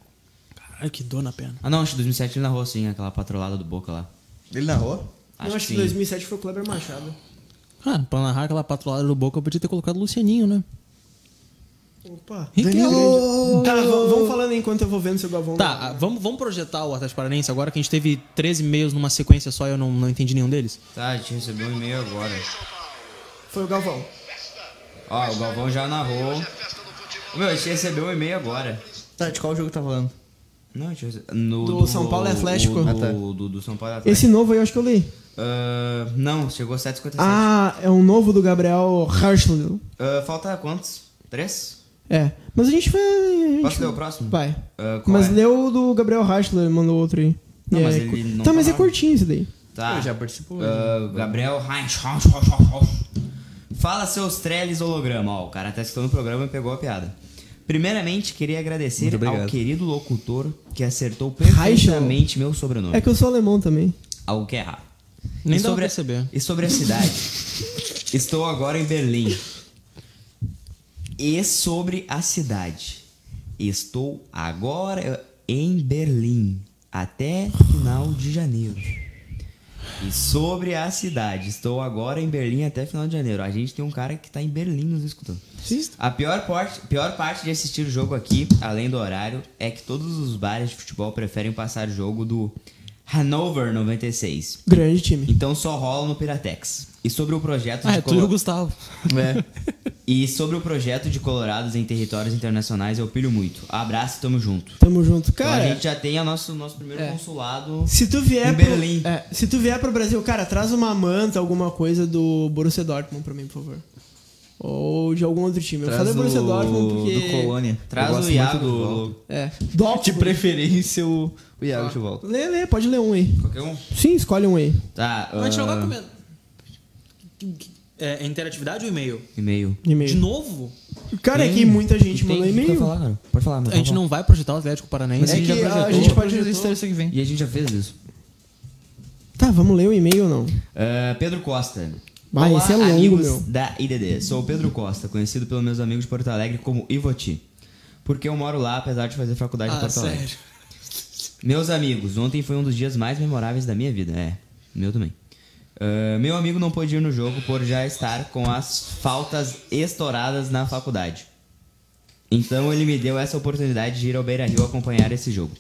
B: Caralho, que dor na perna.
D: Ah, não, acho que 2007 ele narrou sim, aquela patrolada do Boca lá.
C: Ele narrou?
A: Eu acho,
D: Acho que
A: que
D: sim.
A: 2007 foi o Kleber Machado.
B: Cara, Ah, pra narrar aquela patrulhada do Boca, eu podia ter colocado o Lucianinho, né?
A: Opa.
B: Riquelme.
A: Tá, v- vamos falando enquanto eu vou vendo se o Galvão.
B: Tá, ah, vamos, vamos projetar o Atlético Paranense agora, que a gente teve 13 e-mails numa sequência só e eu não, não entendi nenhum deles.
D: Tá, a gente recebeu um e-mail agora.
A: Foi o Galvão.
D: Ó, o Galvão já narrou. Ô, Meu, a gente recebeu um e-mail agora.
C: Tá, de qual jogo tá falando?
D: Não, a gente recebeu... no,
A: Do São Paulo e Atlético?
D: o-
C: Ah, tá.
D: do, do, do São Paulo e Atlético.
A: Esse novo aí eu acho que eu li.
D: Ah, não, chegou 7,57.
A: Ah, é um novo do Gabriel Harshland.
D: Ah, falta quantos? Três?
A: É. Mas a gente vai. a
D: Posso
A: gente-
D: ler o próximo?
A: Vai.
D: Ah, qual
A: Mas
D: é?
A: leu o do Gabriel Harshland, mandou outro aí.
D: Não,
A: E
D: mas
A: é
D: ele
A: cu-
D: não
A: tá, mas é
D: falava.
A: curtinho esse daí.
D: Tá.
C: Eu já participou,
D: Ah, Gabriel Heinz. Fala seus treles holograma. Ó, o cara tá escutando o programa e pegou a piada. Primeiramente, queria agradecer
C: Muito obrigado.
D: ao querido locutor que acertou perfeitamente meu sobrenome.
A: É que eu sou alemão também.
D: Algo que é raro.
B: Nem
D: E
B: dá pra
D: sobre a-
B: perceber.
D: E sobre a cidade? Estou agora em Berlim. E sobre a cidade? Estou agora em Berlim. Até final de janeiro. E sobre a cidade? Estou agora em Berlim até final de janeiro. A gente tem um cara que tá em Berlim nos escutando. A pior parte, pior parte de assistir o jogo aqui, além do horário, é que todos os bares de futebol preferem passar o jogo do Hanover 96.
A: Grande time.
D: Então só rola no Piratex. E sobre o projeto
B: Ah,
D: de
B: é tu e o
D: colo-
B: Gustavo.
D: E sobre o projeto de Colorados em territórios internacionais, eu pilho muito. Abraço e tamo junto.
A: Tamo junto.
D: Então
A: Cara,
D: a gente já tem o nosso, nosso primeiro
A: É.
D: consulado.
A: se tu vier
D: Em
A: pro,
D: Berlim.
A: é, se tu vier pro Brasil, cara, traz uma manta, alguma coisa do Borussia Dortmund pra mim, por favor. Ou de algum outro time. eu falei
C: do-
A: Borussia Dortmund porque
C: do Colônia.
D: Traz
C: Eu
D: o
C: gosto
D: Iago
C: muito do
D: do-
C: Volta.
A: É. Dortmund.
C: De preferência, o, o Iago de volta.
A: Lê, lê, pode ler um aí.
D: Qualquer um?
A: Sim, escolhe um aí.
D: Tá.
B: A gente não vai
D: ah,
B: comer. É, é interatividade ou e-mail?
D: E-mail.
B: De
A: E-mail.
B: novo?
A: Cara, é que
D: Tem-
A: muita gente
D: tem-
A: mandou
D: tem-
A: e-mail.
D: Pode falar, cara. Pode falar, mas
B: A gente
D: pode
B: não vai projetar o Atlético
D: Mas
B: Paranaense.
D: é
C: É
D: que
C: que
D: a
C: a
D: projetou.
C: gente pode fazer isso terça que
D: falar.
C: vem.
D: E a gente já fez isso.
A: Tá, vamos ler o e-mail ou não?
D: Ah, Pedro Costa.
A: Vai,
D: Olá,
A: esse é longo,
D: amigos
A: meu.
D: da IDD. Sou o Pedro Costa, conhecido pelos meus amigos de Porto Alegre como Ivoti. Porque eu moro lá, apesar de fazer faculdade em
B: Ah,
D: Porto Alegre.
B: sério.
D: Meus amigos, ontem foi um dos dias mais memoráveis da minha vida. É, meu também. Ah, meu amigo não pôde ir no jogo por já estar com as faltas estouradas na faculdade. Então ele me deu essa oportunidade de ir ao Beira Rio acompanhar esse jogo.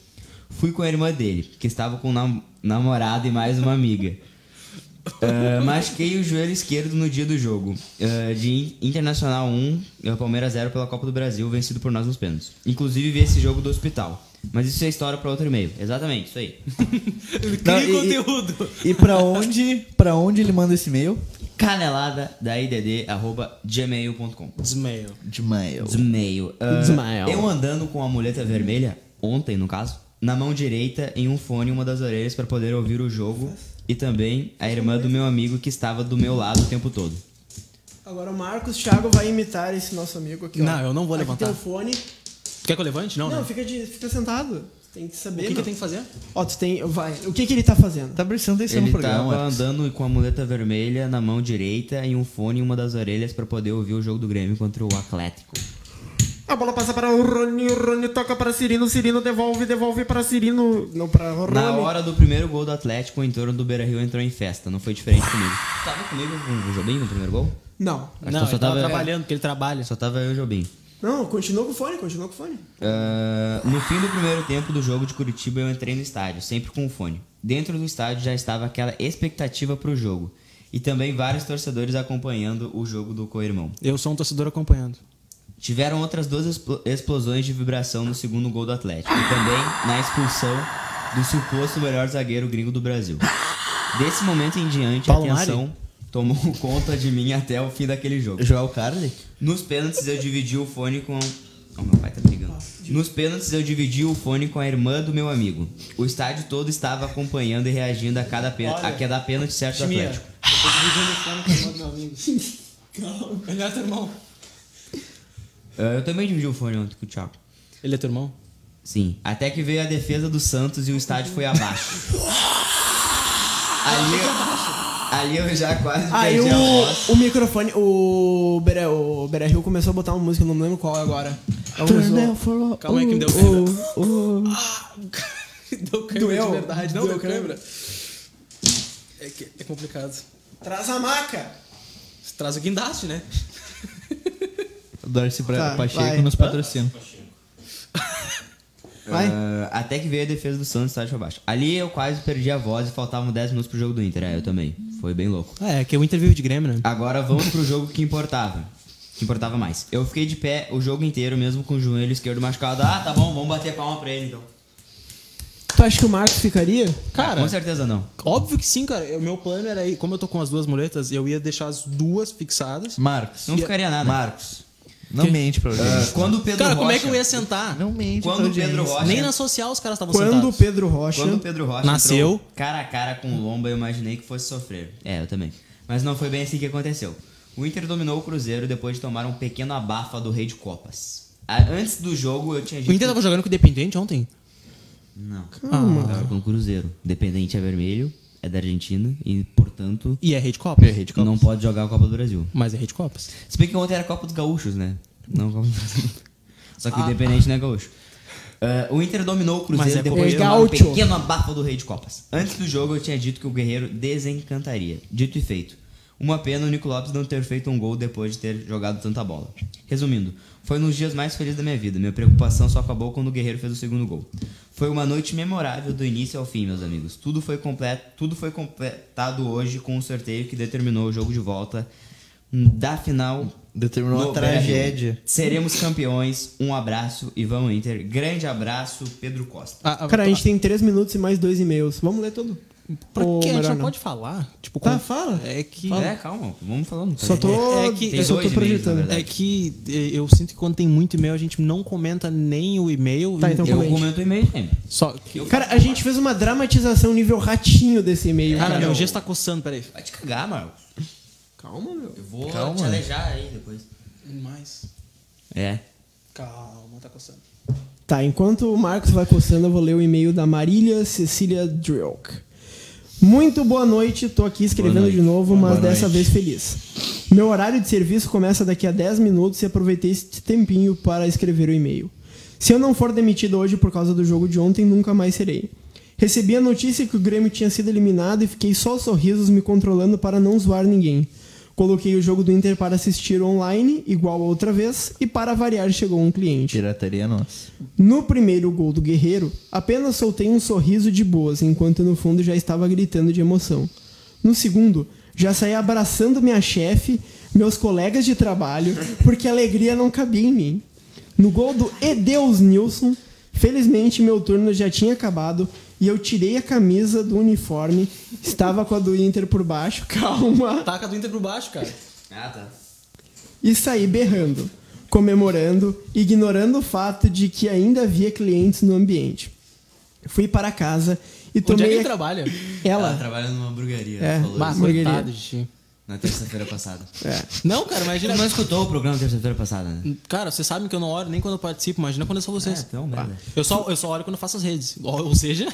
D: Fui com a irmã dele, que estava com um nam namorado e mais uma amiga. Ah, machuquei o joelho esquerdo no dia do jogo. ah, de Internacional 1, e o Palmeiras 0 pela Copa do Brasil, vencido por nós nos pênaltis. Inclusive vi esse jogo do hospital. Mas isso é história para outro e-mail. Exatamente, isso aí.
C: Não,
B: Cria
C: e-
B: conteúdo.
C: E pra onde, pra onde ele manda esse e-mail?
D: Canelada da IDD, arroba gmail.com.
B: Desmail.
C: De mail.
D: Desmail. Ah,
A: Desmail.
D: Eu andando com a muleta vermelha, ontem no caso, na mão direita, em um fone, em uma das orelhas, para poder ouvir o jogo. E também a irmã do meu amigo que estava do meu lado o tempo todo.
A: Agora o Marcos Thiago vai imitar esse nosso amigo aqui, ó.
B: Não, eu não vou
A: Aqui
B: levantar.
A: Tem o fone.
B: Quer que eu levante? Não,
A: Não,
B: né?
A: fica, de- fica sentado. Tem que
B: O
A: saber.
B: que, que
A: meu.
B: eu tenho que fazer?
A: Ó, tu tem. Vai. O que, que ele tá fazendo?
C: Tá prestando
B: É,
C: atenção
D: Ele
C: no programa.
D: tava
C: Alex.
D: andando com a muleta vermelha na mão direita e um fone em uma das orelhas pra poder ouvir o jogo do Grêmio contra o Atlético.
A: A bola passa para o Rony, o Rony toca para Cirino, Cirino devolve, devolve para Cirino. Não, para Rony.
D: Na hora do primeiro gol do Atlético, o entorno do Beira Rio entrou em festa. Não foi diferente comigo. Tava comigo com o Jobim no primeiro gol?
A: Não.
D: Acho que
B: não, ele
D: eu só
B: então tava,
D: tava-
B: trabalhando, porque ele trabalha.
D: Só tava eu e o Jobim.
A: Não, continua com o fone, continua com o fone.
D: Ah, no fim do primeiro tempo do jogo de Curitiba, eu entrei no estádio, sempre com o fone. Dentro do estádio já estava aquela expectativa pro jogo. e também vários torcedores acompanhando o jogo do co-irmão.
B: Eu sou um torcedor acompanhando.
D: Tiveram outras duas explo- explosões de vibração no segundo gol do Atlético e também na expulsão do suposto melhor zagueiro gringo do Brasil. Desse momento em diante,
B: Paulo
D: a tensão tomou conta de mim até o fim daquele jogo.
C: Joel Carly?
D: Nos pênaltis eu dividi o fone com. Oh, meu pai tá brigando. Nos pênaltis eu dividi o fone com a irmã do meu amigo. O estádio todo estava acompanhando e reagindo a cada pênalti, a cada pênalti certo do
B: Chimia, eu
D: Atlético.
B: tô dividindo o fone com o irmão do meu amigo. Calma. Ele é teu irmão.
D: Eh, Eu também dividi o fone ontem com o Thiago.
B: Ele é teu irmão?
D: Sim. Até que veio a defesa do Santos e o estádio foi abaixo. ali, eu- ali eu já quase
A: Aí
D: perdi a voz.
A: o, o microfone, o Beré, o Beré Hill começou a botar uma música, eu não lembro qual agora. Ela começou-
B: Calma aí que me deu
C: oh, oh,
B: Ah, Deu câmera
A: Doeu?
B: de verdade. Não,
A: Deu
B: deu câmera. É, que- é complicado.
A: Traz a maca!
B: Você traz o guindaste, né?
C: oh. Darcy pra-
A: Tá,
C: Pacheco
A: vai.
C: nos patrocina.
A: Vai.
D: Ah, até que veio a defesa do Santos, estádio abaixo. Ali eu quase perdi a voz e faltavam 10 minutos pro jogo do Inter. É, eu também. Foi bem louco.
B: É, que é o interview de Grêmio, né?
D: Agora vamos pro jogo que importava. Que importava mais. Eu fiquei de pé o jogo inteiro, mesmo com o joelho esquerdo machucado. Ah, tá bom, vamos bater palma pra ele então.
A: Tu acha que o Marcos ficaria?
B: Cara,
A: é-
D: Com certeza não.
B: óbvio que sim, cara. O meu plano era ir. Como eu tô com as duas muletas, eu ia deixar as duas fixadas.
C: Marcos.
D: Não ficaria nada.
C: Marcos. Não mente pra
D: Ah,
C: audiência.
D: quando o Pedro
B: Cara,
D: Rocha,
B: como é que eu ia sentar?
C: Não mente
D: Quando o
C: pra
D: Pedro
C: audiência.
D: Rocha.
B: Nem na social os caras estavam
A: Quando o
B: sentados.
A: Pedro Rocha.
D: Quando o Pedro Rocha
B: Nasceu.
D: entrou cara a cara com o Lomba, eu imaginei que fosse sofrer. É, eu também. Mas não foi bem assim que aconteceu. O Inter dominou o Cruzeiro depois de tomar um pequeno abafa do Rei de Copas. Ah, Antes do jogo, eu tinha dito.
B: O Inter tava jogando com o Independente ontem?
D: Não. Calma. Tava com o Cruzeiro. Dependente é vermelho, é da Argentina e, portanto,
B: E é Rede Copa.
D: não pode jogar a Copa do Brasil.
B: Mas é Rede Copas.
D: Se bem que ontem era Copa dos Gaúchos, né? Não Copa do Brasil. Só que independente não é gaúcho. Ah, o Inter dominou o
B: Mas
D: Cruzeiro
B: é
D: depois de
A: Copa-
D: tomar um
A: Gaúcho.
D: pequeno abafo do Rei de Copas. Antes do jogo eu tinha dito que o Guerreiro desencantaria. Dito e feito. Uma pena o Nico Lopes não ter feito um gol depois de ter jogado tanta bola. Resumindo, foi nos dias mais felizes da minha vida. Minha preocupação só acabou quando o Guerreiro fez o segundo gol. Foi uma noite memorável do início ao fim, meus amigos. Tudo foi completo, tudo foi completado hoje com o sorteio que determinou o jogo de volta da final
C: Determinou
D: no
C: a
D: Beira-Rio.
C: tragédia.
D: Seremos campeões. Um abraço e vão Inter. Grande abraço, Pedro Costa.
B: Ah, ah,
A: Cara, a
B: tá.
A: gente tem 3 minutos e mais dois e-mails. Vamos ler tudo?
B: Pra
A: Ou
B: que a gente
A: melhor
B: não, pode falar? Tipo,
A: Tá,
B: como-
A: fala.
B: É que.
D: É, calma, vamos falando. tá
A: Só tô,
B: É que-
A: eu só tô
D: Tem dois e-mails, na
A: projetando.
D: verdade.
B: É que eh, eu sinto que quando tem muito e-mail, a gente não comenta nem o e-mail.
A: Tá, então
D: Eu
A: comente.
D: comento o e-mail sempre.
B: Só que.
A: Cara, a gente fez uma dramatização nível ratinho desse e-mail. né?
B: Cara,
A: cara.
B: meu gesto tá coçando, peraí.
D: Vai te cagar, Marco.
A: Calma, meu.
D: Eu vou
C: Calma.
D: te alejar aí depois.
B: Mais.
D: É.
B: Calma, tá coçando.
A: Tá, enquanto o Marcos vai coçando, eu vou ler o e-mail da Marília Cecília Drilk. Muito boa noite, tô aqui escrevendo de novo, mas dessa vez feliz. Meu horário de serviço começa daqui a 10 minutos e aproveitei este tempinho para escrever o e-mail. Se eu não for demitido hoje por causa do jogo de ontem, nunca mais serei. Recebi a notícia que o Grêmio tinha sido eliminado e fiquei só sorrisos me controlando para não zoar ninguém. Coloquei o jogo do Inter para assistir online, igual a outra vez, e para variar chegou um cliente.
C: Pirataria é nossa.
A: No primeiro gol do Guerreiro, apenas soltei um sorriso de boas, enquanto no fundo já estava gritando de emoção. No segundo, já saí abraçando minha chefe, meus colegas de trabalho, porque a alegria não cabia em mim. No gol do Edeus Nilson, felizmente meu turno já tinha acabado e eu tirei a camisa do uniforme, estava com a do Inter por baixo, calma
B: Taca do Inter pro baixo, cara.
D: Ah, tá.
A: e saí berrando, comemorando, ignorando o fato de que ainda havia clientes no ambiente. Fui para casa e
B: Onde é que
A: tomei
B: ele
A: a-
B: trabalha?
D: Ela
A: ela.
D: trabalha numa hamburgueria.
A: É,
D: falou
A: bah,
D: isso
A: hamburgueria.
B: Coitado de ti.
D: na terça-feira passada.
A: É.
B: Não, cara, imagina.
D: Ele não escutou o programa terça-feira passada, né?
B: Cara, vocês sabem que eu não olho nem quando eu participo, imagina quando é só vocês.
D: então, merda.
B: Eu só, eu só olho quando eu faço as redes. Ou ou seja,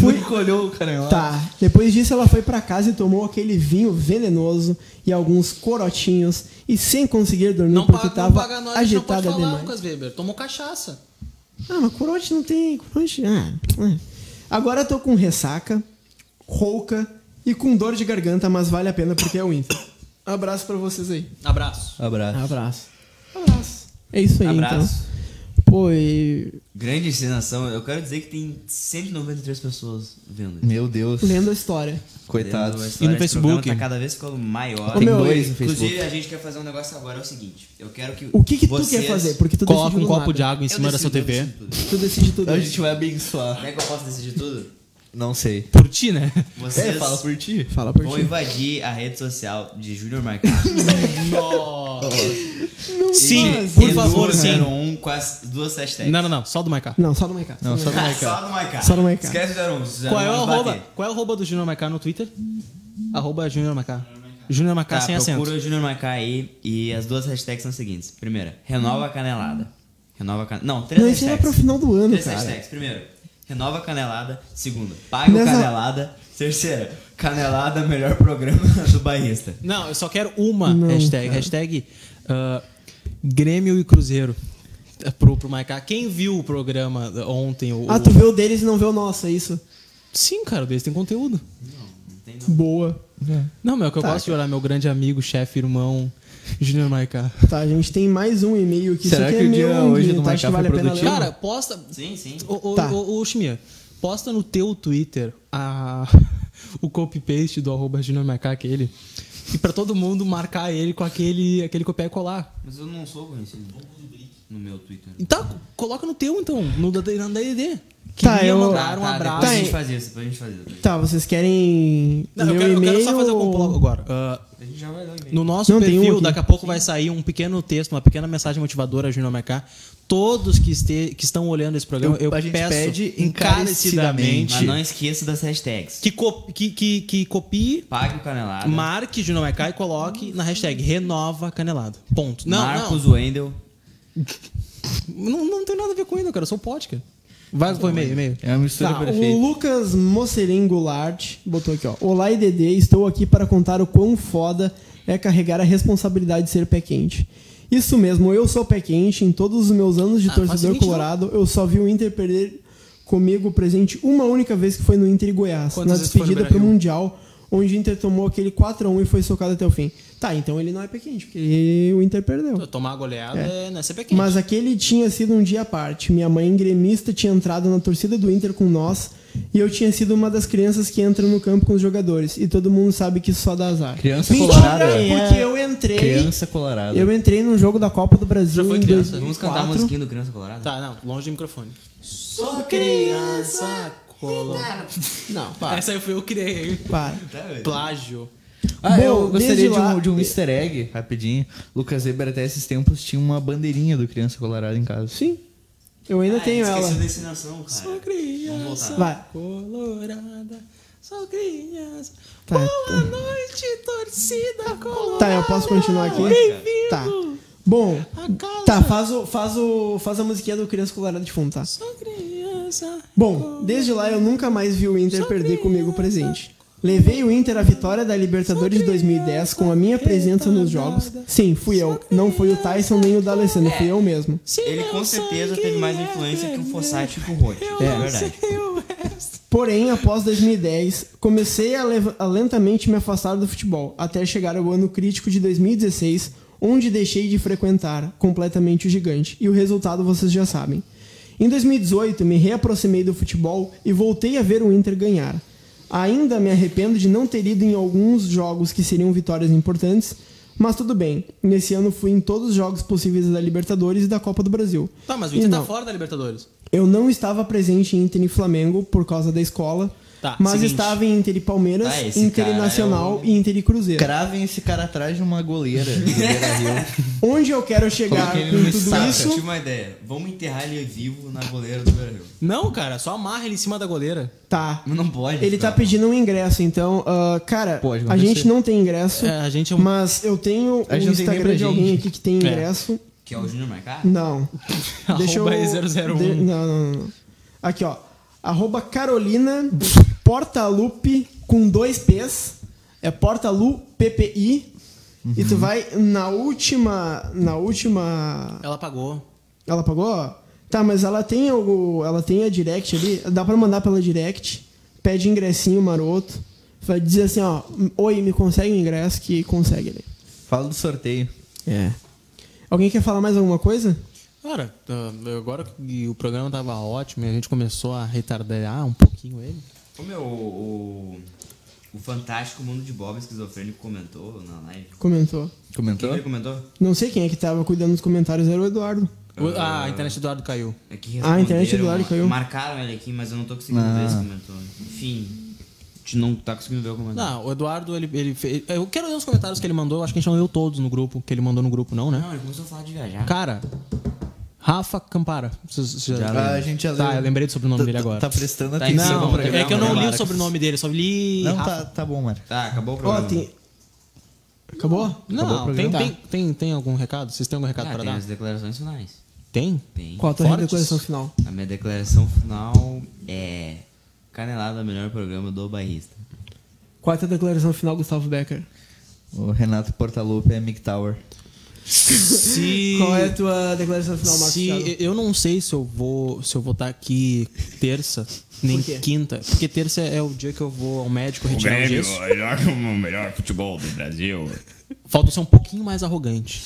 C: Fui colheu o cara lá.
A: Tá. Depois disso ela foi para casa e tomou aquele vinho venenoso e alguns corotinhos e sem conseguir dormir
B: não
A: porque
B: paga, não
A: estava
B: paga nós, a gente não pode
A: agitada
B: falar,
A: demais.
B: Lucas Weber. Tomou cachaça.
A: Ah, mas corote não tem. Corote. Ah. é. Agora eu tô com ressaca, rouca e com dor de garganta, mas vale a pena porque é o Inter. Abraço para vocês aí.
B: Abraço.
C: Abraço.
A: Abraço. Abraço. É isso aí,
D: Abraço.
A: então. Pô, e
D: Grande encenação. Eu quero dizer que tem 193 pessoas vendo.
C: Meu Deus.
A: lendo a história.
C: Coitados.
D: Lendo a história,
B: E no
D: esse
B: Facebook?
D: programa Tá cada vez ficando maior.
A: Ô, meu,
C: dois no Facebook.
D: Inclusive, a gente quer fazer um negócio agora. É o seguinte. Eu quero que
A: O que que tu
D: vocês-
A: quer fazer? Porque tu
B: Coloca
A: decide do
B: um copo
A: nada.
B: de água em
D: Eu
B: cima da sua
D: decido, eu
B: TV.
D: decido tudo.
A: Tu decide tudo.
C: A gente vai abençoar.
D: Como é que eu posso decidir tudo?
C: Não sei.
B: Por ti, né?
D: Vocês
C: É, fala por ti.
A: Fala por
D: vão
A: ti.
D: invadir a rede social de Júnior Marcado.
B: Sim,
D: né?
A: faz.
B: por favor, sim.
D: 01 com as duas hashtags.
B: Não, não, não. Só do Maiká.
A: Não, só no Maiká.
C: Não, só do
D: Ah,
C: mercado.
D: Só no Maiká.
A: Só no Maiká.
D: Esquece o 01. os
B: Qual é, o
D: 01
B: arroba,
D: bater.
B: qual é o arroba do Junior Maiká no Twitter? Arroba Junior Maiká. Junior Maiká
D: Tá,
B: sem
D: procura
B: acento.
D: o Júnior Maiká aí e as duas hashtags são as seguintes. Primeira, renova a canelada. Renova a canelada. Não, três
A: Não, isso
D: hashtags.
A: era pro final do ano,
D: Três
A: cara.
D: hashtags. Primeiro, renova a canelada. Segundo, paga o
A: Nessa-
D: canelada. Terceira, canelada, melhor programa do bairrista.
B: Não, eu só quero uma
A: Não,
B: hashtag.
A: cara.
B: Hashtag ah, Grêmio e Cruzeiro. É, Pro, pro Maiká. Quem viu o programa ontem? O,
A: Ah, tu vê o deles e não vê o nosso, é isso?
B: Sim, cara, o deles tem conteúdo.
A: Boa.
B: Não, meu, é que
A: Tá.
B: eu gosto de olhar meu grande amigo, chefe, irmão, Junior Maiká.
A: Tá, a gente tem mais um e-mail aqui.
C: Será
A: isso aqui
C: que
A: é
C: o dia
A: meio
C: hoje do
A: ambiente, acho
C: Maiká
A: que vale
C: foi
A: a pena ler.
C: produtivo?
B: Cara, posta.
D: Sim, sim.
B: Ô, ô,
A: Tá.
B: ô, ô, Shimia, posta no teu Twitter a- o copy-paste do arroba Junior Marcar aquele. E pra todo mundo marcar ele com aquele, aquele copiar e colar.
D: Mas eu não sou conhecido no meu Twitter.
B: E tá, coloca no teu então, no da no da DDD. Que
A: Tá,
B: me
A: eu-
B: mandaram um abraço.
D: Depois a gente
A: Tá,
D: faz isso, depois a gente faz isso.
A: Tá, vocês querem
B: Não,
A: ler
B: eu
A: o
B: quero, eu
A: e-mail?
B: quero só fazer a compulão
A: ou-
B: agora. Ah,
D: A gente já vai dar e-mail.
B: No nosso
A: Não, tem
B: perfil,
A: um aqui.
B: daqui a pouco vai sair um pequeno texto, uma pequena mensagem motivadora, Júnior Mercado. Todos que, este, que estão olhando esse programa,
C: Eu-
B: eu,
C: a gente
B: peço
C: pede encarecidamente.
B: encarecidamente
D: Mas não esqueça das hashtags.
B: que, co- que, que, que copie,
D: Pague o canelada.
B: marque Júnior Mercado e coloque na hashtag renova canelado. Ponto. Não,
D: Marcos Wendel.
B: não, não, não tem nada a ver com ele, cara. Eu sou pote, cara. Vai pro e-mail, e-mail.
C: É uma mistura
A: Tá,
C: perfeita.
A: o Lucas Mocerim Goulart botou aqui, ó. Olá, IDD, estou aqui para contar o quão foda é carregar a responsabilidade de ser pé quente. Isso mesmo, eu sou pé quente, em todos os meus anos de
B: Ah, faz o
A: torcedor
B: seguinte,
A: colorado, eu só vi o Inter perder comigo presente uma única vez que foi no Inter e Goiás,
B: Quantas
A: na
B: vezes foi no
A: despedida
B: Beira-Rio?
A: pro Mundial, onde o Inter tomou aquele 4x1 e foi socado até o fim. Tá, então ele não é pé quente, porque o Inter perdeu.
B: Tomar goleada é, não é ser pequeno.
A: Mas aquele tinha sido um dia à parte. Minha mãe, gremista, tinha entrado na torcida do Inter com nós e eu tinha sido uma das crianças que entra no campo com os jogadores. E todo mundo sabe que isso só dá azar.
C: Criança
A: Mentira,
C: colorada.
A: porque eu entrei.
C: Criança colorada.
A: Eu entrei num jogo da Copa do Brasil
B: Já foi
A: em
B: criança?
D: Vamos cantar a
A: 2004.
D: musiquinha do Criança Colorada?
B: Tá, não, longe do microfone.
A: Sou criança. Não, para.
B: Essa aí foi eu que criei.
A: para.
D: Tá,
B: Plágio.
C: Ah, eu
A: Bom,
C: gostaria
A: desde
C: de um,
A: lá-
C: de um easter egg, rapidinho. Lucas Weber até esses tempos tinha uma bandeirinha do Criança Colorada em casa.
A: Sim. Eu ainda
D: Ah,
A: tenho
D: esqueci
A: ela.
D: da ensinação, cara.
B: Sou criança
A: Vai.
B: colorada, sou criança.
A: Tá,
B: Boa noite, torcida colorada.
A: Tá, eu posso continuar aqui?
B: Bem-vindo.
A: Tá. Bom,
B: A casa.
A: tá, faz o faz o faz a musiquinha do Criança Colorada de fundo, tá?
B: Sou criança.
A: Bom, desde lá eu nunca mais vi o Inter perder comigo presente. Levei o Inter à vitória da Libertadores de 2010 com a minha presença nos jogos. Sim, fui eu. Não foi o Tyson nem o D'Alessandro, fui eu mesmo.
B: Se
D: Ele
B: meu
D: com certeza
B: sangue
D: teve mais
B: é
D: influência que o
B: vermelho,
D: Fossati e que o Rotti.
B: eu
D: É,
B: não
D: verdade.
B: sei o resto.
A: Porém, após 2010, comecei a, leva- a lentamente me afastar do futebol, até chegar ao ano crítico de 2016, onde deixei de frequentar completamente o gigante. E o resultado vocês já sabem. Em 2018, me reaproximei do futebol e voltei a ver o Inter ganhar. Ainda me arrependo de não ter ido em alguns jogos que seriam vitórias importantes, mas tudo bem. Nesse ano fui em todos os jogos possíveis da Libertadores e da Copa do Brasil.
B: Tá, mas o
A: E
B: Inter tá
A: não.
B: fora da Libertadores.
A: Eu não estava presente em Inter e Flamengo por causa da escola,
B: Tá,
A: mas
B: seguinte.
A: estava em Inter e Palmeiras,
D: Ah, esse
A: Inter e
D: cara é
A: Nacional
D: um-
A: e Inter e Cruzeiro.
C: Cravem esse cara atrás de uma goleira do Beira-Rio.
A: Onde eu quero chegar
C: Coloquei ele
A: com
C: numa
A: tudo
C: estaca.
A: isso?
D: Eu tive uma ideia. Vamos enterrar ele vivo na goleira do Brasil.
B: Não, cara, só amarra ele em cima da goleira.
A: Tá.
D: Não pode.
A: Ele tá
D: cara.
A: pedindo um ingresso, então, ah, cara,
C: Pode
A: a
C: acontecer.
A: gente não tem ingresso,
B: É, a gente é um-
A: mas eu tenho o
C: A gente não tem nem pra
A: Instagram de alguém
C: gente.
A: aqui que tem ingresso.
D: Que é o Júnior Marcar?
A: Não. Deixa eu.
B: Arroba aí 001.
A: De- Não, não, não. Aqui, ó. Arroba Carolina Portalupe com dois P's. É Portalu PPI. E tu vai na última. Na última.
B: Ela pagou.
A: Ela pagou? Tá, mas ela tem algo. Ela tem a direct ali. Dá pra mandar pela direct. Pede ingressinho maroto. Vai dizer assim, ó. Oi, me consegue o ingresso que consegue ali.
C: Fala do sorteio.
A: É. Alguém quer falar mais alguma coisa?
B: Cara, ah, agora que o programa tava ótimo e a gente começou a retardar um pouquinho ele.
D: Ô, meu, o, o, o fantástico mundo de Bob esquizofrênico comentou na live.
A: Comentou.
D: Quem
C: Comentou?
D: ele comentou?
A: Não sei quem é que tava cuidando dos comentários, era o Eduardo.
B: O- ah, a internet do Eduardo caiu.
D: É que
A: Ah, a internet do
D: responderam,
A: Eduardo caiu.
D: Marcaram ele aqui, mas eu não tô conseguindo ver se comentou. Enfim, a gente não tá conseguindo ver o comentário.
B: Não, o Eduardo, ele, ele fez. Eu quero ler os comentários que ele mandou. Eu acho que a gente não leu todos no grupo, que ele mandou no grupo, não, né?
D: Não, ele começou a falar de viajar.
B: Cara, Rafa Campara. Vocês- vocês já-
C: Ah, a gente já
B: Tá,
C: leu.
B: eu lembrei do sobrenome
C: Tá-
B: dele
C: tá-
B: agora.
C: Tá prestando
D: Tá em
C: atenção
D: cima
C: no
D: do
B: Não,
D: programa,
B: é que eu não li o
C: Marcos.
B: sobrenome dele, só li.
C: né? Não,
B: Rafa.
C: tá, tá bom, Marcos.
D: Tá, acabou o
A: Ó,
D: programa.
A: tem.
B: Acabou?
C: Acabou o
B: Não, tem,
C: programa.
B: tem, tem, tem algum recado? Vocês têm algum recado
D: Ah,
B: pra
D: tem
B: dar?
D: as declarações finais.
B: Tem?
D: Tem.
A: Qual a tua
B: Fortes?
A: declaração final?
D: A minha declaração final é... Canelada, melhor programa do bairrista.
A: Qual é a tua declaração final, Gustavo Becker?
C: O Renato Portaluppi é Mick Tower.
B: Se...
A: Qual é a tua declaração final, Marcos?
B: se-
A: Thiago?
B: eu não sei se eu vou se eu vou estar aqui terça nem
A: Por quê?
B: quinta porque terça é o dia que eu vou ao médico
E: O
B: retirar o
E: Grêmio,
B: gesso
E: o melhor, o melhor futebol do Brasil.
B: falta ser um pouquinho mais arrogante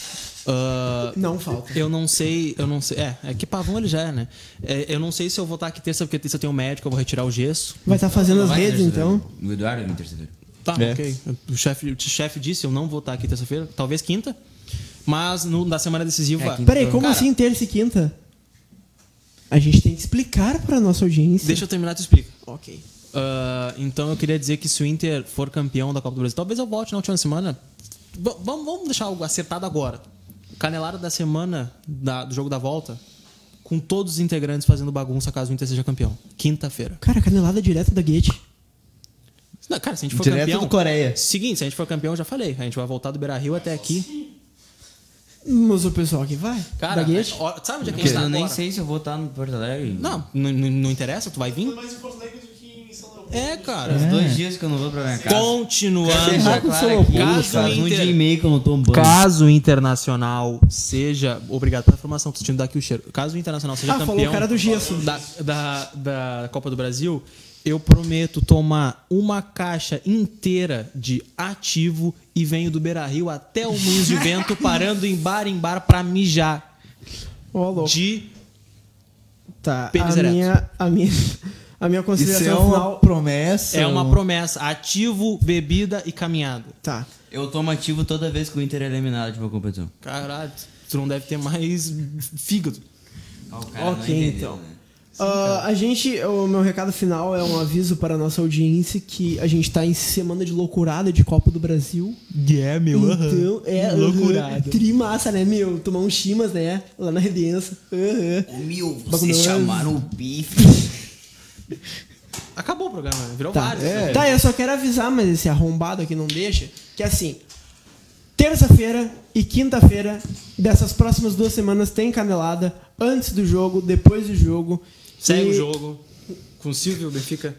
B: Ah,
A: Não falta.
B: Eu não sei, eu não sei. É, é que pavão ele já é, né? É, eu não sei se eu vou estar aqui terça, porque terça eu tenho um médico, eu vou retirar o gesso.
A: Vai estar fazendo as
D: Vai,
A: redes,
D: terça-feira.
A: então?
D: O Eduardo é meu terceiro.
B: Tá,
C: É.
B: ok. O chefe o chefe disse, eu não vou estar aqui terça-feira, talvez quinta. Mas no, na semana decisiva.
D: É, quinta.
A: Peraí, como
B: Cara,
A: assim terça e quinta? A gente tem que explicar pra nossa audiência.
B: Deixa eu terminar e tu explica.
A: Ok.
B: Ah, então eu queria dizer que se o Inter for campeão da Copa do Brasil, talvez eu volte na última semana. V- vamos, vamos deixar algo acertado agora. Canelada da semana da- do jogo da volta, com todos os integrantes fazendo bagunça caso o Inter seja campeão. Quinta-feira.
A: Cara, canelada direto da Gate.
B: Não, cara, se a gente for
C: Direto
B: campeão.
C: do Coreia.
B: É, Seguinte, se a gente for campeão, eu já falei. A gente vai voltar do Beira Rio até aqui.
A: Mas o pessoal que vai? da
B: Cara,
A: Gate?
B: ó, sabe onde é que a gente
D: Eu
B: tá agora?
D: nem sei se eu vou estar no Porto Alegre.
B: Não, não, não- não interessa, tu vai vir.
F: mais em Porto Alegre do que em São Paulo.
B: É, cara.
D: Faz dois dias que eu não vou pra minha casa.
B: É. Continuando.
D: Seja claro aqui,
B: Caso
D: faz
B: o
D: um
B: Inter-
D: dia e meio que eu não tô um
B: Caso o Internacional seja. Obrigado pela informação, tô sentindo daqui o cheiro. Caso o Internacional seja
A: Ah,
B: campeão.
A: falou o cara do gesso.
B: Da, da, da Copa do Brasil, eu prometo tomar uma caixa inteira de ativo e venho do Beira Rio até o Moinhos de Vento, parando em bar em bar pra mijar.
A: Ô, louco.
B: De.
A: Tá,
B: Pênis
A: a
B: ereto.
A: minha, a minha, a minha
C: Isso
A: consideração
C: é uma
A: final...
C: promessa.
B: É uma
C: um-
B: promessa. Ativo, bebida e caminhada.
A: Tá.
D: Eu tomo ativo toda vez que o Inter é eliminado de uma competição.
B: Caralho, tu não deve ter mais fígado.
A: ok, então.
D: né?
A: Ah, a gente, o meu recado final é um aviso para a nossa audiência que a gente tá em semana de loucurada de Copa do Brasil.
B: É, meu.
A: Então, é
B: Loucurada.
A: aham, trimassa, né, meu? Tomar um chimas, né? Lá na Redença. Aham.
D: Meu, vocês
A: Bagulhoso.
D: chamaram o bife.
B: Acabou o programa, né? virou
A: Tá.
B: vários.
A: É. tá, eu só quero avisar, mas esse arrombado aqui não deixa, que assim, terça-feira e quinta-feira dessas próximas duas semanas tem canelada antes do jogo, depois do jogo.
B: Segue
A: Tá, E-
B: o jogo. Com o Silvio, Benfica.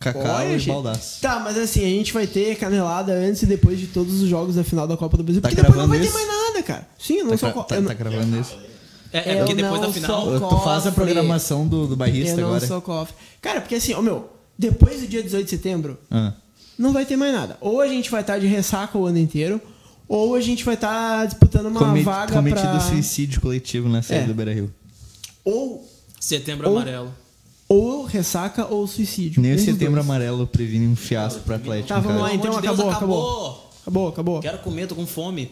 C: Cacau
A: Olha,
C: e
A: gente.
C: baldaço.
A: Tá, mas assim, a gente vai ter canelada antes e depois de todos os jogos da final da Copa do Brasil.
C: Tá
A: porque depois não vai
C: gravando
A: ter mais
C: isso?
A: nada, cara. Sim, eu não
C: Tá,
A: sou
C: gra-
A: co-
C: tá,
A: eu,
C: tá gravando isso.
B: É, é
A: Eu
B: porque depois
A: não
B: da final.
A: sou-
C: tu faz a
A: cofre.
C: programação do, do
A: eu
C: barrista
A: não
C: agora.
A: sou cofre. Cara, porque assim, ô meu, depois do dia 18 de setembro,
C: Ah.
A: não vai ter mais nada. Ou a gente vai estar de ressaca o ano inteiro, ou a gente vai estar disputando uma
C: Comet-
A: vaga
C: cometido
A: pra...
C: suicídio coletivo na saída
A: É.
C: do Beira Rio.
A: Ou,
B: Setembro
A: Ou-
B: amarelo.
A: ou ressaca ou suicídio.
C: Nem
A: Um
C: o
A: dos
C: setembro
A: dois.
C: amarelo previne um fiasco pro Atlético.
A: Tá, vamos
C: cara.
A: lá, então
B: Pelo amor de
A: acabou,
B: Deus,
A: acabou. Acabou, acabou.
B: Quero comer, tô com fome.